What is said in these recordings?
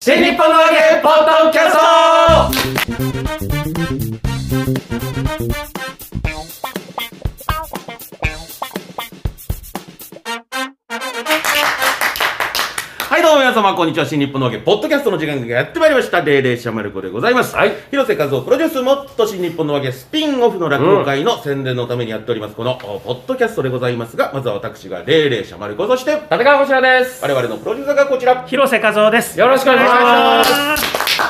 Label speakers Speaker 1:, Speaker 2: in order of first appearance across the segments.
Speaker 1: 新日本の揚げポッドキャストはいどうも皆様こんにちは新日本の揚げポッドキャストの時間がやってまいりましたレイレイシャマルコでございます、
Speaker 2: はい
Speaker 1: 広瀬和夫プロデュースもっと新日本の揚げスピンオフの落語会の宣伝のためにやっておりますこのおポッドキャストでございますがまずは私がレイレイシャマルコそして
Speaker 2: 立川こちらです。
Speaker 1: 我々のプロデューサーがこちら
Speaker 3: 広瀬和夫です。。
Speaker 2: よろしくお願いします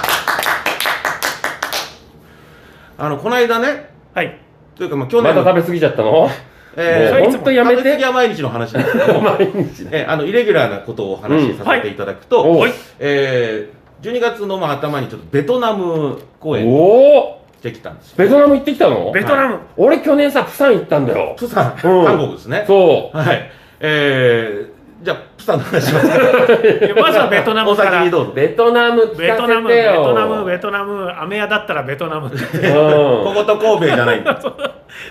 Speaker 1: あのこの間ね
Speaker 3: はい。
Speaker 1: というかまあ去
Speaker 2: ま
Speaker 1: 年
Speaker 2: た
Speaker 1: の
Speaker 2: 食べ過ぎちゃったの
Speaker 1: え
Speaker 2: もう
Speaker 1: ー、
Speaker 2: 本当やめて
Speaker 1: 食べ過ぎは毎日の話なんですけど、
Speaker 2: 毎日ね。
Speaker 1: えーあのイレギュラーなことをお話しさせていただくと、
Speaker 2: うんはい
Speaker 1: えー12月のまあ頭にちょっとベトナム公演
Speaker 2: おお
Speaker 1: してきたんですよ。
Speaker 2: ベトナム行ってきたの
Speaker 3: ベトナム。
Speaker 2: 俺去年さ、プサン行ったんだよ。
Speaker 1: プサン、
Speaker 2: うん
Speaker 1: 韓国ですね。
Speaker 2: そ
Speaker 1: はい。えー、じゃあ、プサンの話しますか。
Speaker 3: まずは ベトナム
Speaker 1: お
Speaker 3: から。
Speaker 1: 先に
Speaker 3: ベ
Speaker 1: どうぞ
Speaker 2: う。。ベトナム聞かせてよ。
Speaker 3: トナム、ベトナム、ベトナム、アメ屋だったらベトナムって。
Speaker 2: うん
Speaker 1: ここと神戸じゃない んだ。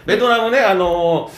Speaker 1: ベトナムね、あの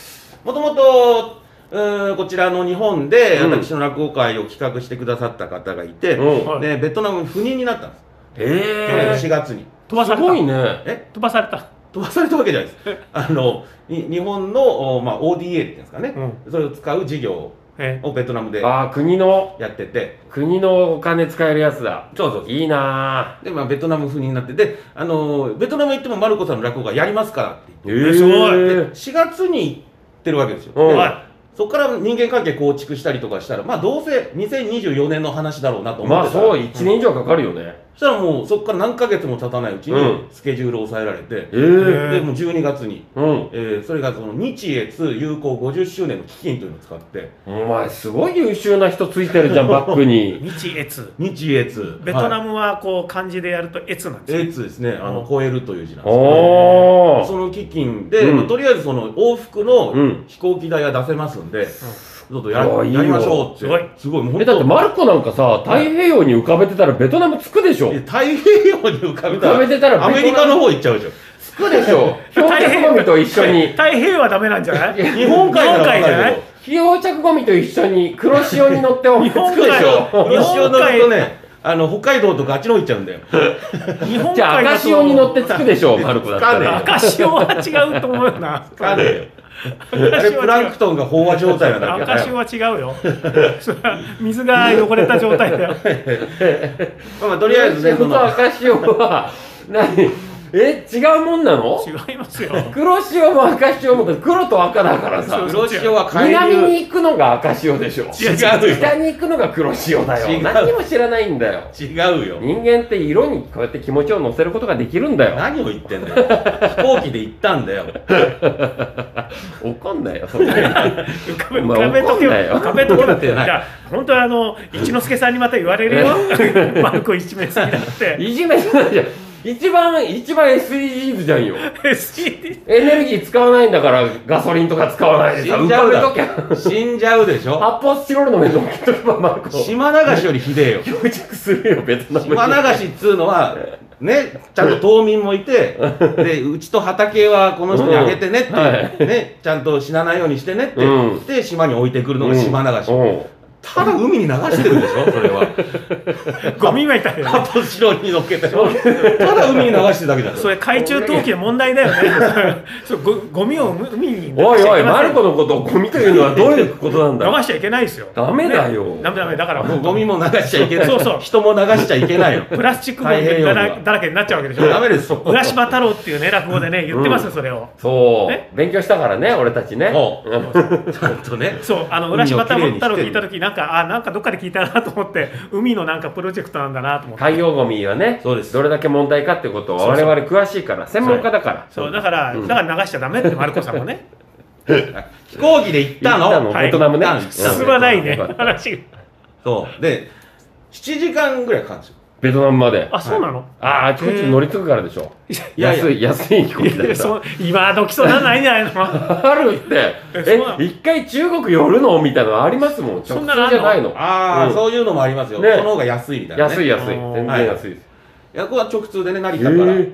Speaker 1: もともと、うーこちらの日本で
Speaker 2: うん
Speaker 1: 私の落語会を企画してくださった方がいて、
Speaker 2: うん
Speaker 3: はい
Speaker 1: でベトナムに赴任になったんです、去年の
Speaker 2: へえ。
Speaker 1: 4月に
Speaker 3: 飛ばさ
Speaker 2: す
Speaker 3: れ
Speaker 2: ごい
Speaker 3: た。
Speaker 2: ね。
Speaker 1: え
Speaker 3: 飛ばされた。
Speaker 1: 飛ばされたわけじゃないですあのに日本の、おまあ、ODA っていうんですかね、それを使う事業
Speaker 3: え
Speaker 1: をベトナムでや
Speaker 2: ああ、国の、
Speaker 1: ってて
Speaker 2: 国のお金使えるやつだ。
Speaker 1: そうそう
Speaker 2: いいな
Speaker 1: で、まあ、ベトナム風になってで、あのベトナム行ってもマルコさんの落語がやりますからって
Speaker 2: え
Speaker 3: えすごい
Speaker 1: 言って4月に行ってるわけですよ、
Speaker 2: うん
Speaker 1: で
Speaker 3: は
Speaker 1: そこから人間関係構築したりとかしたらまあどうせ2024年の話だろうなと思
Speaker 2: ま
Speaker 1: っ
Speaker 2: あ
Speaker 1: てたら、
Speaker 2: そう、1年以上かかるよね。
Speaker 1: そしたらもうそこから何ヶ月も経たないうちに
Speaker 2: う
Speaker 1: スケジュールを抑えられて、
Speaker 2: え
Speaker 3: え
Speaker 2: え。
Speaker 1: でもう12月に
Speaker 2: うん。
Speaker 1: えーそれがその日越友好50周年の基金というのを使って
Speaker 2: お前、すごい優秀な人ついてるじゃん、バック
Speaker 3: い。
Speaker 2: に。
Speaker 3: 日越。
Speaker 1: 日越
Speaker 3: ベトナ
Speaker 1: ム、
Speaker 3: ムはこう漢字でやると越なんですよ。
Speaker 1: 越ですねあの
Speaker 3: うん
Speaker 1: 超えるという字なんですけど
Speaker 2: おー。
Speaker 1: その基金で、
Speaker 2: うん
Speaker 1: まあとりあえずその往復
Speaker 2: う
Speaker 1: の
Speaker 2: ん。
Speaker 1: 飛行機代は出せますんで、ちょっとや
Speaker 2: あーいいよ
Speaker 1: やりましょうって
Speaker 3: すごい
Speaker 1: すごいもう本
Speaker 2: えだって
Speaker 1: 当
Speaker 2: マルコなんかさ太平洋に浮かべてたらベトナム着くでしょ
Speaker 1: いや太平洋に浮かべ
Speaker 2: 浮
Speaker 1: た
Speaker 2: からべてたら
Speaker 1: アメリカの方行っちゃうでしょ
Speaker 2: 着くでし ょ漂着ゴミと一緒に
Speaker 3: 太平洋はダメなんじゃない
Speaker 2: いや
Speaker 1: 日本海ならわ
Speaker 3: 日本海じゃ
Speaker 1: か
Speaker 3: な
Speaker 1: る
Speaker 3: い
Speaker 2: 漂着ゴミと一緒に黒潮に乗ってお前
Speaker 3: 日本
Speaker 1: け
Speaker 2: 着
Speaker 1: ど
Speaker 2: く
Speaker 3: 海
Speaker 2: でしょ
Speaker 3: 日
Speaker 1: 黒
Speaker 3: 本海
Speaker 1: 潮乗るとねあの北海道とかあっちの方行っちゃうんだよ
Speaker 3: 日本海
Speaker 2: じゃあ赤
Speaker 3: だと
Speaker 2: 潮に乗って着くで しょマルコだった
Speaker 1: 着かね
Speaker 2: ら
Speaker 3: 赤潮は違うと思うよ な。
Speaker 1: かねえよ
Speaker 3: 赤
Speaker 1: あれ
Speaker 3: 潮は違
Speaker 1: プラン
Speaker 3: う
Speaker 1: クトンが飽和状態なんだけど
Speaker 3: 赤潮は違うよ。 それは水が汚れた状態だよ。
Speaker 1: まあまあとりあえずね
Speaker 2: 黒
Speaker 1: そ
Speaker 2: 潮
Speaker 1: の
Speaker 2: と赤潮は何え違うもんなの
Speaker 3: 違いますよ。
Speaker 2: 黒潮も赤潮も黒と赤だからさ
Speaker 1: 黒潮は海
Speaker 2: 南
Speaker 1: 流違うよ
Speaker 2: に行くのが赤潮でしょ北に行くのが黒潮だ
Speaker 1: 違
Speaker 2: よ
Speaker 1: う
Speaker 2: 何にも知らないんだよ
Speaker 1: 違うよ
Speaker 2: 人間って色にこうやって気持ちを乗せることができるんだよ
Speaker 1: 何を言ってんだよ飛行機で行ったんだよ
Speaker 2: 怒んなよそんなに
Speaker 3: 浮かべ、
Speaker 2: まあ
Speaker 3: 浮かべとけ
Speaker 2: 怒んなよ
Speaker 3: 浮かべとけだっ
Speaker 1: 怒
Speaker 3: て。
Speaker 1: ってない
Speaker 3: じゃあ本当はあの、一之輔さんにまた言われ るよ。マルコ一面好きだって。
Speaker 2: いじめじゃないじゃん一番一番 SDGs じゃんよ
Speaker 3: SD
Speaker 2: エネルギー使わないんだからガソリンとか使わないでさ
Speaker 1: 死ん
Speaker 2: 浮
Speaker 1: じゃ
Speaker 2: か
Speaker 1: う
Speaker 2: べ
Speaker 1: だ
Speaker 2: と
Speaker 1: ろ
Speaker 2: け
Speaker 1: 死んじゃうでしょ
Speaker 2: 発泡スチロールの面倒見とけばマルコ漂
Speaker 1: 島流しよりひでえよ
Speaker 2: 着するよベトナムに
Speaker 1: 島流しっつうのはねちゃんと島民もいてでうちと畑はこの人にあげてねっていう、
Speaker 2: うんはい
Speaker 1: ねちゃんと死なないようにしてねって、
Speaker 2: うん
Speaker 1: で島に置いてくるのが島流し、
Speaker 2: うん
Speaker 1: ただ海に流してるでしょそれは
Speaker 3: ゴミみたいだよね。
Speaker 1: 発泡スチロールに乗っけてただ海に流してるだけだ
Speaker 3: それ海中陶器の問題だ よね。そうごゴミを海に流しちゃ
Speaker 2: おいおい
Speaker 3: けま
Speaker 2: マ
Speaker 3: せん
Speaker 2: ルコのことをゴミというのはどういうことなんだ
Speaker 3: 流しちゃいけないですよ。
Speaker 2: ダメだよ
Speaker 3: ねダメダメ。だから、
Speaker 1: ゴミも流しちゃいけない
Speaker 3: そうそう
Speaker 1: 人も流しちゃいけないよ
Speaker 3: プラスチックゴミ
Speaker 1: 太平洋
Speaker 3: だ
Speaker 1: には
Speaker 3: らだらけになっちゃうわけでしょ。
Speaker 1: ダメですよ
Speaker 3: 浦島太郎っていうね、落語でね、言ってますよ、それを。
Speaker 2: そ
Speaker 3: え
Speaker 2: う勉強したからね俺たちね
Speaker 1: おうちゃんとね
Speaker 3: そう、あの
Speaker 1: 海を
Speaker 3: 浦島太郎
Speaker 1: きれいにして
Speaker 3: 太
Speaker 1: る
Speaker 3: 郎聞いた時なんか、あ、なんかどっかで聞いたなと思って、海のなんかプロジェクトなんだなと思って。
Speaker 2: 海洋ゴミはね
Speaker 1: そうです
Speaker 2: どれだけ問題かってことは
Speaker 3: そう
Speaker 2: 我
Speaker 3: そう
Speaker 2: 々詳しいから専門家だから
Speaker 3: そう、だから、だから流しちゃダメって、マルコさんもね。
Speaker 1: 飛行機で行ったの
Speaker 2: 行ったの
Speaker 3: はい
Speaker 2: ベトナムね
Speaker 1: 行ったんです
Speaker 2: うん
Speaker 3: 進まないね、
Speaker 2: うん
Speaker 3: 話が。
Speaker 1: そうで7時間ぐらいかかるんですよ
Speaker 2: ベトナムまで
Speaker 3: あ、そうなの、
Speaker 2: ああ、あちこち乗り継ぐからでしょ。
Speaker 1: いやいや
Speaker 2: 安い、安い飛行機だ
Speaker 3: い
Speaker 2: け
Speaker 3: や
Speaker 2: ど。
Speaker 3: そう今どきそうなんないんじゃないの
Speaker 2: あるって。
Speaker 3: えそうなの
Speaker 2: え、一回中国寄るのみたいなのありますもん。直通
Speaker 3: そんなのあん
Speaker 2: じ
Speaker 3: の
Speaker 2: ゃないの。
Speaker 1: ああ、
Speaker 2: うん
Speaker 1: そういうのもありますよ、
Speaker 2: ね
Speaker 1: その方が安いみたいな、ね、
Speaker 2: 安い安い。
Speaker 3: あー
Speaker 2: 全然安いです。
Speaker 1: いやここは直通でね成
Speaker 2: え
Speaker 1: 田から
Speaker 2: ー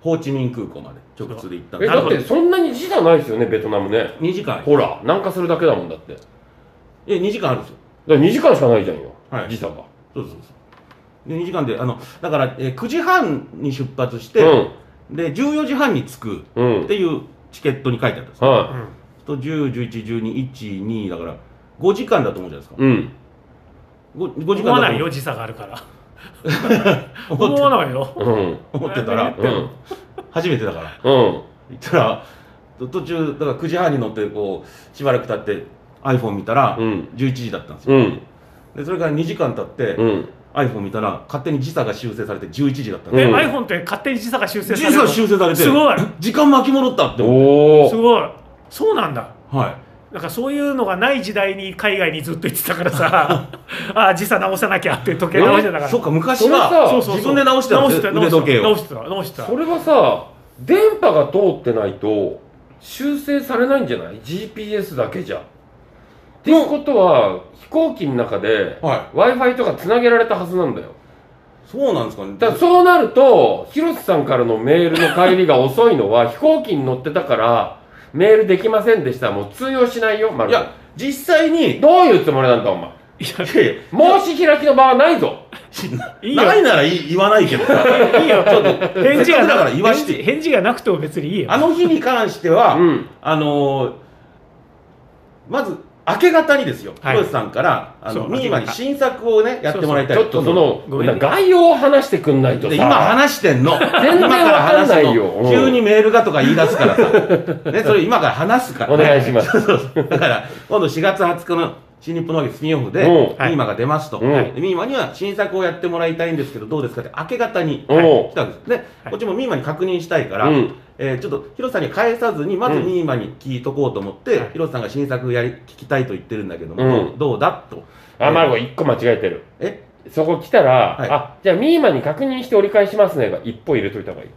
Speaker 1: ホーチミン空港まで直通で行ったん
Speaker 2: え、
Speaker 1: で
Speaker 3: なる
Speaker 2: だっ
Speaker 3: ほど
Speaker 2: てそんなに時差ないですよね、ベトナムね。
Speaker 1: 2時間
Speaker 2: ほら、南下するだけだもんだって。だか
Speaker 1: え2時間あるんですよ
Speaker 2: ら2時間しかないじゃんよ
Speaker 1: は。い
Speaker 2: 時差が。
Speaker 1: そうそうそうで2時間であのだから、えー9時半に出発して、で14時半に着く
Speaker 2: うんうん
Speaker 1: っていうチケットに書いてあったんですよ
Speaker 2: は
Speaker 1: と10、11、12、1、2だから5時間だと思うじゃないです
Speaker 2: い
Speaker 1: か、
Speaker 2: うん
Speaker 1: ご 5, 時
Speaker 3: 思
Speaker 1: 間
Speaker 3: わ
Speaker 1: だ
Speaker 3: ない
Speaker 1: と
Speaker 3: よ時差があるから
Speaker 1: 思
Speaker 3: 思
Speaker 1: って
Speaker 3: わないよ
Speaker 2: うん
Speaker 1: 思ってたら
Speaker 2: う、ん
Speaker 1: 初めてだから
Speaker 2: うん
Speaker 1: 行ったらと途中だから9時半に乗ってこうしばらく経って iPhone 見たら
Speaker 2: うん
Speaker 1: 11時だったんですよ、
Speaker 2: うん
Speaker 1: でそれから2時間経って、
Speaker 2: うん
Speaker 1: iPhone 見たら勝手に時差が修正されて11時だったん
Speaker 3: え
Speaker 1: で
Speaker 2: うん
Speaker 3: iPhone って勝手に時差が修正
Speaker 1: 時
Speaker 3: される
Speaker 1: 差
Speaker 3: の
Speaker 1: 修正されて
Speaker 3: すごい
Speaker 1: 時間巻き戻ったって思う
Speaker 2: お
Speaker 3: す
Speaker 2: お
Speaker 3: ごいそうなんだ
Speaker 1: はい
Speaker 3: なんかそういうのがない時代に海外にずっと行ってたからさああ時差直さなきゃって時計直してたから
Speaker 1: そっか昔
Speaker 2: それさ
Speaker 1: は
Speaker 3: そうそうそう
Speaker 1: 自分で直してたんで
Speaker 3: 直
Speaker 1: す
Speaker 3: してた
Speaker 1: 腕時計を
Speaker 3: 直してた直してた
Speaker 2: それはさ電波が通ってないと修正されないんじゃない GPS だけじゃっていうことは飛行機の中で
Speaker 1: は
Speaker 2: w i f i とかつなげられたはずなんだ
Speaker 1: い
Speaker 2: よ
Speaker 1: そうなんですかね
Speaker 2: だからそうなると広瀬さんからのメールの帰りが遅いのは 飛行機に乗ってたからメールできませんでしたもう通用しないよ
Speaker 1: い
Speaker 2: まる
Speaker 1: や
Speaker 2: で
Speaker 1: 実際に
Speaker 2: どういうつもりなんだお前
Speaker 3: い
Speaker 1: いやいや
Speaker 2: 申し開きの場はないぞ
Speaker 3: やいいよ
Speaker 1: ないならいい言わないけどさ
Speaker 3: いいよ
Speaker 1: ちょっと
Speaker 3: 返事が
Speaker 1: せっかくだか
Speaker 3: な
Speaker 1: ら言わして
Speaker 3: 返事返事がなくても別にいいよ
Speaker 1: あの日に関しては、
Speaker 2: うん
Speaker 1: あのーまず明け方にですよ、
Speaker 3: はい
Speaker 1: 広瀬さんからあ
Speaker 3: そ
Speaker 1: の
Speaker 3: う
Speaker 1: ミーマ
Speaker 3: 明け
Speaker 1: に
Speaker 3: 方
Speaker 1: 新作をねやってもらいたい
Speaker 2: ちょっとその
Speaker 3: ごめんね
Speaker 2: 概要を話してくんないとさ
Speaker 1: で今話してんの
Speaker 2: 然
Speaker 1: 今から話すの
Speaker 2: わかんないようん
Speaker 1: 急にメールがとか言い出すからさ、 ね、それ今から話すから、
Speaker 2: お願いします
Speaker 1: そうだから今度4月20日の新日本のわけスピンオフで、
Speaker 2: うん
Speaker 1: ミーマが出ますと、
Speaker 2: うん
Speaker 1: でミーマには新作をやってもらいたいんですけどどうですかって明け方に
Speaker 2: おう
Speaker 1: 来たんですで
Speaker 3: はい
Speaker 1: こっちもミーマに確認したいから、
Speaker 2: うん
Speaker 1: えーちょっと広瀬さんには返さずにまず
Speaker 2: うん
Speaker 1: ミーマに聞いとこうと思って、
Speaker 3: はい
Speaker 1: 広瀬さんが新作やり聞きたいと言ってるんだけども、
Speaker 2: うん
Speaker 1: どうどうだと
Speaker 2: あまるご1個間違えてる
Speaker 1: え
Speaker 2: そこ来たら、
Speaker 1: はい
Speaker 2: あじゃあミーマに確認して折り返しますねが一歩入れといた方がいい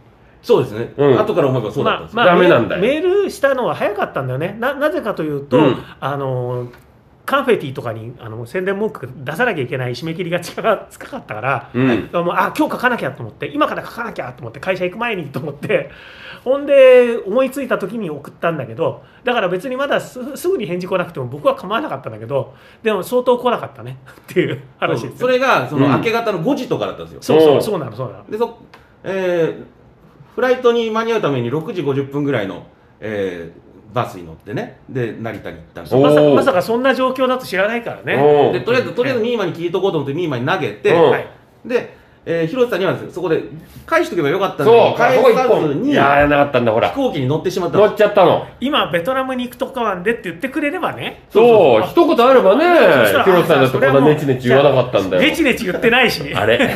Speaker 1: そうですね、
Speaker 2: うん
Speaker 1: 後から思えばそうだったんですよ、
Speaker 2: まダメなんだよ
Speaker 3: メールしたのは早かったんだよねななぜかというと、
Speaker 2: うん
Speaker 3: あのカンフェティとかにあの宣伝文句出さなきゃいけない締め切りが近か近かったから
Speaker 2: うん、
Speaker 3: もうあ今日書かなきゃと思って今から書かなきゃと思って会社行く前にと思って ほんで思いついた時に送ったんだけどだから別にまだすすぐに返事来なくても僕は構わなかったんだけどでも相当来なかったね っていう話
Speaker 1: そう
Speaker 3: です
Speaker 1: そ
Speaker 3: よ
Speaker 1: れがそうの
Speaker 2: ん
Speaker 1: 明け方の5時とかだったんですよ、
Speaker 3: そうそうそうなのそうなの
Speaker 1: でそ、えーフライトに間に合うために6時50分ぐらいの、えーバスに乗ってねで成田に行ったんですよ
Speaker 2: お
Speaker 3: まさ
Speaker 2: ー
Speaker 3: まさかそんな状況だと知らないからね
Speaker 2: お
Speaker 1: でとりあえずとりあえずミーマに聞いとこうと思ってミーマに投げて、
Speaker 2: うん
Speaker 3: はい
Speaker 1: で、えー広瀬さんにはですねそこで返しとけばよかったんだけ
Speaker 2: そ
Speaker 1: ど
Speaker 2: う
Speaker 1: 返
Speaker 2: ここ一
Speaker 1: さず
Speaker 2: 本
Speaker 1: に
Speaker 2: いやーなかったんだほ
Speaker 1: 飛
Speaker 2: ら
Speaker 1: 行機に乗ってしまったんで
Speaker 2: 乗っちゃったの
Speaker 3: 今ベトナムに行くとこなんでって言ってくれればね
Speaker 2: そう
Speaker 3: あ
Speaker 2: 一言あれば
Speaker 3: そした
Speaker 2: ね
Speaker 3: ら
Speaker 2: 広瀬さんだってこんなネチネチ言わなかったんだ
Speaker 3: ネ
Speaker 2: よ
Speaker 3: チネチ言ってないし
Speaker 2: あれ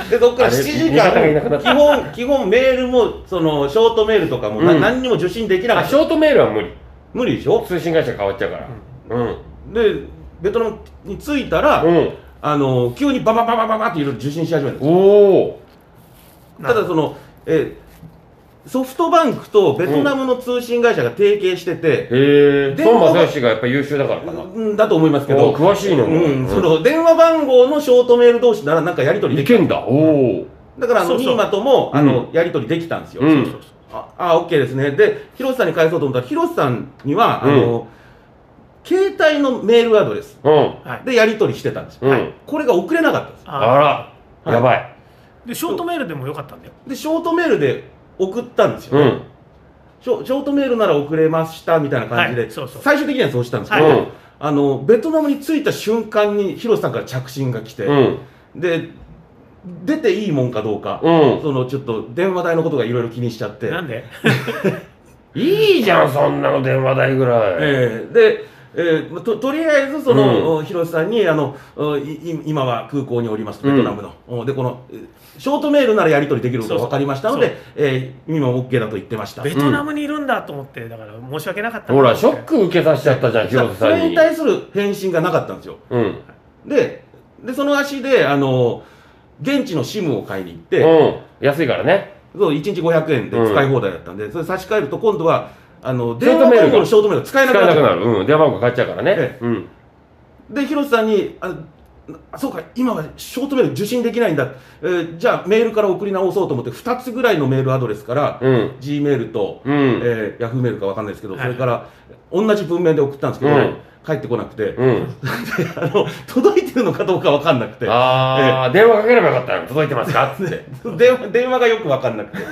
Speaker 1: すでそこから
Speaker 2: あれ
Speaker 1: 7時
Speaker 2: 味方がいなく
Speaker 1: 間
Speaker 2: なっ
Speaker 1: 基本基本メールもそのショートメールとかも、な
Speaker 2: うん
Speaker 1: 何にも受信できなか
Speaker 2: あ
Speaker 1: っ
Speaker 2: シ
Speaker 1: た
Speaker 2: ョートメールは無理
Speaker 1: 無理でしょ
Speaker 2: 通信会社変わっちゃうからうん
Speaker 1: でベトナムに着いたら、
Speaker 2: うん
Speaker 1: あの急にババババババっていろいろ受信し始めるんです
Speaker 2: おお
Speaker 1: ただその、えーソフトバンクとベトナムの通信会社が提携してて、
Speaker 2: へえ
Speaker 1: 電話
Speaker 2: 孫
Speaker 1: が
Speaker 2: 正義がやっぱ優秀だからかな
Speaker 1: うんだと思いますけど
Speaker 2: お詳しいねお
Speaker 1: う
Speaker 2: 前
Speaker 1: ん、その電話番号のショートメール同士ならなんかやり取り
Speaker 2: い
Speaker 1: でき
Speaker 2: けんだおお
Speaker 1: だからあ
Speaker 3: そ
Speaker 1: の
Speaker 3: う
Speaker 1: ニ
Speaker 3: そう
Speaker 1: ーマともあの、やり取りできたんですよ、
Speaker 2: うん
Speaker 3: そうそう
Speaker 1: ああオッケーですねで広瀬さんに返そうと思ったら広瀬さんには、あの携帯のメールアドレス
Speaker 2: うん
Speaker 3: そうはい
Speaker 1: でやり取りしてたんですよ、
Speaker 2: う
Speaker 3: は
Speaker 2: ん
Speaker 3: い
Speaker 1: これが送れなかったんです
Speaker 3: あ
Speaker 2: あ
Speaker 1: は
Speaker 2: ら
Speaker 1: い
Speaker 2: やばい
Speaker 3: でショートメールでもよかったんだよ
Speaker 1: でショートメールで送ったんですよ、
Speaker 2: うん
Speaker 1: ショショートメールなら送れましたみたいな感じで、
Speaker 3: はいそうそう
Speaker 1: 最終的にはそうしたんですけど、
Speaker 3: は
Speaker 2: うん
Speaker 1: あのベトナムに着いた瞬間にヒロさんから着信が来て、
Speaker 2: うん
Speaker 1: で出ていいもんかどうか、
Speaker 2: うん
Speaker 1: そのちょっと電話代のことがいろいろ気にしちゃって、
Speaker 3: なんで
Speaker 2: いいじゃんそんなの電話代ぐらい、
Speaker 1: ええで、ええまととりあえずその、ヒロさんにあのおいい今は空港におりますとベトナムの、おでこのえショートメールならやり取りできることが分かりましたので
Speaker 3: そう
Speaker 1: ええ今も OK だと言ってました。
Speaker 3: ベトナムにいるんだと思ってだから申し訳なかったな
Speaker 2: ほらショック受けさせちゃったじゃん広瀬
Speaker 1: そ
Speaker 2: さん
Speaker 1: れ
Speaker 2: に
Speaker 1: に対する返信がなかったんですよ。
Speaker 2: うん
Speaker 1: ででその足であの現地の SIM を買いに行って、
Speaker 2: うん安いからね
Speaker 1: そう1日500円で使い放題だったんで、それ差し替えると今度はあの電話
Speaker 2: ショートメール
Speaker 1: 番
Speaker 2: が
Speaker 1: 号のショートメールが使え
Speaker 2: 使
Speaker 1: な
Speaker 2: え
Speaker 1: くなっ
Speaker 2: な
Speaker 1: ち
Speaker 2: く
Speaker 1: ゃ
Speaker 2: なるうん電話番号変わっちゃうからね、
Speaker 1: え
Speaker 2: うん
Speaker 1: うで広瀬さんにああそうか今はショートメール受信できないんだ、えーじゃあメールから送り直そうと思って2つぐらいのメールアドレスから、
Speaker 2: うん
Speaker 1: G メールと、
Speaker 2: うん
Speaker 1: えー、Yahoo メールかわかんないですけど、
Speaker 3: はい
Speaker 1: それから同じ文面で送ったんですけど、
Speaker 2: うん
Speaker 1: 返ってこなくて、
Speaker 2: うん。
Speaker 1: あの届いてるのかどうか分かんなくて
Speaker 2: ああ、電話かければよかったの届いてますかって。
Speaker 1: 電話電話がよく分かんなくて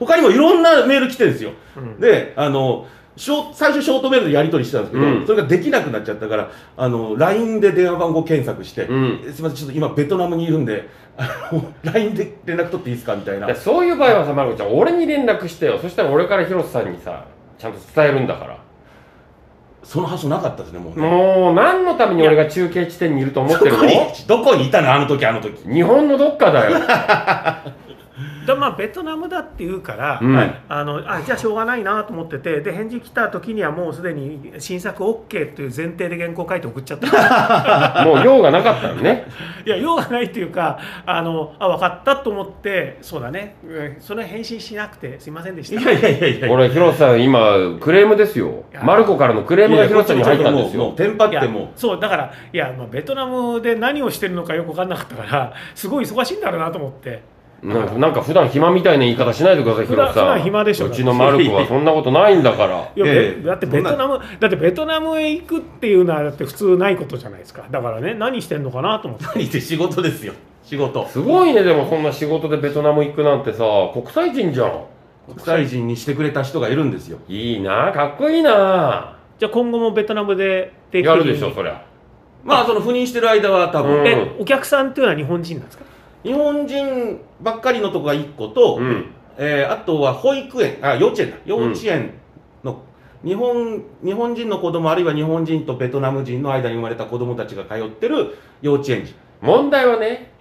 Speaker 1: 他にもいろんなメール来てるんですよ
Speaker 3: うん
Speaker 1: であのショー最初ショートメールでやり取りしてたんですけど、
Speaker 2: うん
Speaker 1: それができなくなっちゃったからあの LINE で電話番号検索して、
Speaker 2: うん。
Speaker 1: すみませんちょっと今ベトナムにいるんであの LINE で連絡取っていいですかみたいな
Speaker 2: だからそういう場合はさ、まる子ちゃん、俺に連絡してよ。そしたら俺から広瀬さんにさ、ちゃんと伝えるんだから。
Speaker 1: その発想なかったですねもうね
Speaker 2: もう、何のために俺が中継地点にいると思ってる
Speaker 1: どこ
Speaker 2: の
Speaker 1: にどこにいたのあの時あの時
Speaker 2: 日本のどっかだよ。
Speaker 3: だまあベトナムだっていうから、
Speaker 2: うん。
Speaker 1: はい
Speaker 3: あのあじゃあしょうがないなと思っててで返事来た時にはもうすでに新作 OK という前提で原稿書いて送っちゃった
Speaker 2: もう用がなかったのね。
Speaker 3: いや用がないっていうかあのあ分かったと思ってそうだねうんそれは返信しなくてすいませんでし
Speaker 1: い
Speaker 3: た
Speaker 1: やいやいやいや
Speaker 2: 俺、広瀬さん、今、クレームですよ
Speaker 3: いや。
Speaker 2: マルコからのクレームが広瀬さんに入ったんです
Speaker 1: もうも
Speaker 2: よ
Speaker 1: う。テンパっ
Speaker 3: いや
Speaker 1: ても
Speaker 3: そうだからいや、まあ、ベトナムで何をしてるのかよく分かんなかったからすごい忙しいんだろうなと思って
Speaker 2: なんかなんか普段暇みたいな言い方しないでください、
Speaker 3: 普段
Speaker 2: 広瀬さん。
Speaker 3: 普段暇でしょ
Speaker 2: うちのマルコはそんなことないんだから。
Speaker 3: いや、
Speaker 1: ええ
Speaker 3: べだってベトナムだってベトナムへ行くっていうのはだって普通ないことじゃないですかだからね何してんのかなと思って
Speaker 1: う何って仕事ですよ仕事
Speaker 2: すごいね、でもそんな仕事でベトナム行くなんてさ、国際人じゃん。
Speaker 1: 国際人にしてくれた人がいるんですよ
Speaker 2: いいな、かっこいいな。
Speaker 3: じゃあ今後もベトナムで定期
Speaker 2: や
Speaker 3: 的に
Speaker 2: るでしょ、そりゃ。
Speaker 1: まあその赴任してる間は多分、
Speaker 2: うん
Speaker 3: えお客さんっていうのは日本人なんですか
Speaker 1: 日本人ばっかりのとこが1個と、
Speaker 2: うん。
Speaker 1: えーあとは保育園あ幼稚園だ幼稚園の、日本日本人の子供あるいは日本人とベトナム人の間に生まれた子供たちが通ってる幼稚園児
Speaker 2: 問題はね、うん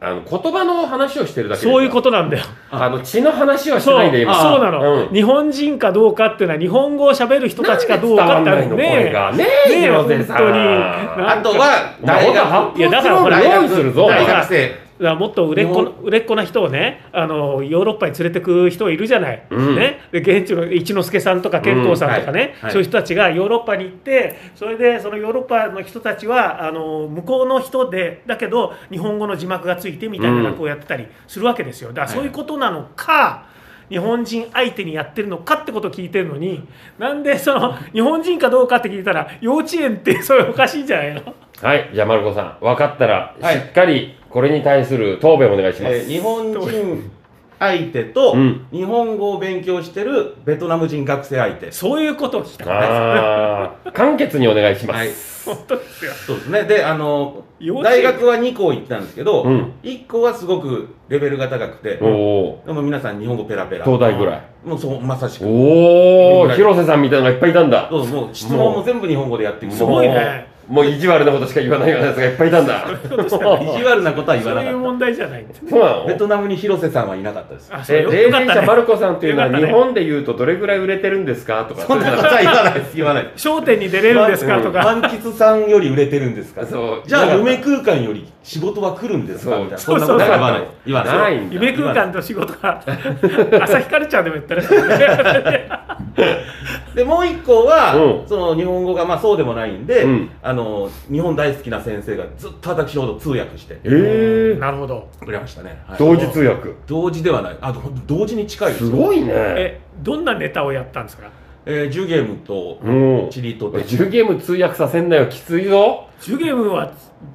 Speaker 2: あの言葉の話をしてるだけで
Speaker 3: そういうことなんだよ
Speaker 2: あの血の話はして
Speaker 3: そう
Speaker 2: ないんで、今。
Speaker 1: あ
Speaker 3: そうなの、
Speaker 2: うん
Speaker 3: 日本人かどうかっていうのは日本語を喋る人たちかどうか
Speaker 2: なん
Speaker 3: っ
Speaker 2: で伝わん
Speaker 3: て
Speaker 2: ないの、これが。ねえ、
Speaker 3: ねえ
Speaker 2: 広瀬さ
Speaker 3: 本当に
Speaker 2: ん。
Speaker 3: な
Speaker 1: あ
Speaker 3: んか
Speaker 1: とは
Speaker 2: お前
Speaker 1: 大
Speaker 2: ほら
Speaker 1: 学
Speaker 2: 発
Speaker 3: いやだ
Speaker 2: 泡
Speaker 3: か
Speaker 2: スチ
Speaker 3: ら
Speaker 2: ロー
Speaker 3: ほ
Speaker 2: ル
Speaker 3: ら
Speaker 2: 用意するぞ。
Speaker 1: 大学生
Speaker 3: だからもっと売れっ子の
Speaker 1: 日
Speaker 3: 売れっ子な人をねあのヨーロッパに連れてく人いるじゃない、
Speaker 2: うん
Speaker 3: ね、で現地の一之輔さんとか健康さんとかね、
Speaker 1: うんはいはい
Speaker 3: そういう人たちがヨーロッパに行ってそれでそのヨーロッパの人たちはあの向こうの人でだけど日本語の字幕がついてみたいな役をやってたりするわけですよだからそういうことなのか、日本人相手にやってるのかってことを聞いてるのになんでその日本人かどうかって聞いたら幼稚園ってそれおかしいんじゃないの
Speaker 2: はい、じゃあ、マルコさん、分かったら、
Speaker 1: はい
Speaker 2: しっかりこれに対する答弁お願いします。
Speaker 1: えー日本人相手と
Speaker 2: うん
Speaker 1: 日本語を勉強してるベトナム人学生相手
Speaker 3: そういうことを聞きたかっ
Speaker 2: ああ、簡潔にお願いします。
Speaker 1: は
Speaker 3: た
Speaker 1: い
Speaker 3: 本当ですよ
Speaker 1: そうですねであの
Speaker 3: 幼稚
Speaker 1: 大
Speaker 3: 園
Speaker 1: 学は2校行ったんですけど、
Speaker 2: うん
Speaker 1: 1校はすごくレベルが高くて、
Speaker 2: おお、
Speaker 1: でも皆さん日本語ペラペラ
Speaker 2: 東大ぐらい。
Speaker 1: もうそうまさしく
Speaker 2: おお、広瀬さんみたいなのがいっぱいいたんだ。
Speaker 1: そうもう質問も全部日本語でやっていく
Speaker 3: すごいね
Speaker 2: もう意地悪なことしか言わないようなやつがいっぱいいたんだ。
Speaker 1: 意地悪なことは言
Speaker 3: そ
Speaker 1: わ
Speaker 3: う
Speaker 1: な
Speaker 3: いう
Speaker 1: かっ
Speaker 3: 問題じゃないんですね。
Speaker 2: そうな
Speaker 1: た
Speaker 2: の
Speaker 1: ベトナムに広瀬さんはいなかったです
Speaker 3: あ、そ
Speaker 2: え、
Speaker 3: れよ
Speaker 2: 霊
Speaker 3: よかっ
Speaker 2: 媒
Speaker 3: た
Speaker 2: 者マ
Speaker 3: ね。
Speaker 2: ルコさんっていうの
Speaker 3: よ
Speaker 2: は
Speaker 3: かった
Speaker 2: 日
Speaker 3: ね
Speaker 2: 本で言うとどれぐらい売れてるんですかとか。
Speaker 1: そんなことは言わないです言わないです
Speaker 3: 商店に出れるんですかとか。
Speaker 1: 満喫さんより売れてるんですか
Speaker 2: そう
Speaker 1: じゃあ夢空間より仕事は来るんですかみたいな
Speaker 2: そ
Speaker 1: そ
Speaker 3: うん
Speaker 1: なことは言わない
Speaker 2: そうそう
Speaker 1: 言わ
Speaker 2: な
Speaker 1: ないい
Speaker 2: んだ
Speaker 3: 夢空間と仕事が朝日カルチャーでも言ったら
Speaker 1: でもう一個は、
Speaker 2: うん
Speaker 1: その日本語がまあそうでもないんで、
Speaker 2: うん
Speaker 1: あの日本大好きな先生がずっと私ほど通訳して
Speaker 2: えー、
Speaker 3: なるほど
Speaker 1: くれましたね、はい
Speaker 2: 同時通訳。
Speaker 1: 同時ではないあほんと同時に近いです
Speaker 2: す
Speaker 1: よ
Speaker 2: ごいね。
Speaker 3: えどんなネタをやったんですか
Speaker 1: えー、ジュゲームと
Speaker 2: もう
Speaker 1: チリと
Speaker 2: 俺10ゲーム通訳させんなよ、きついぞ。
Speaker 3: ジュゲームは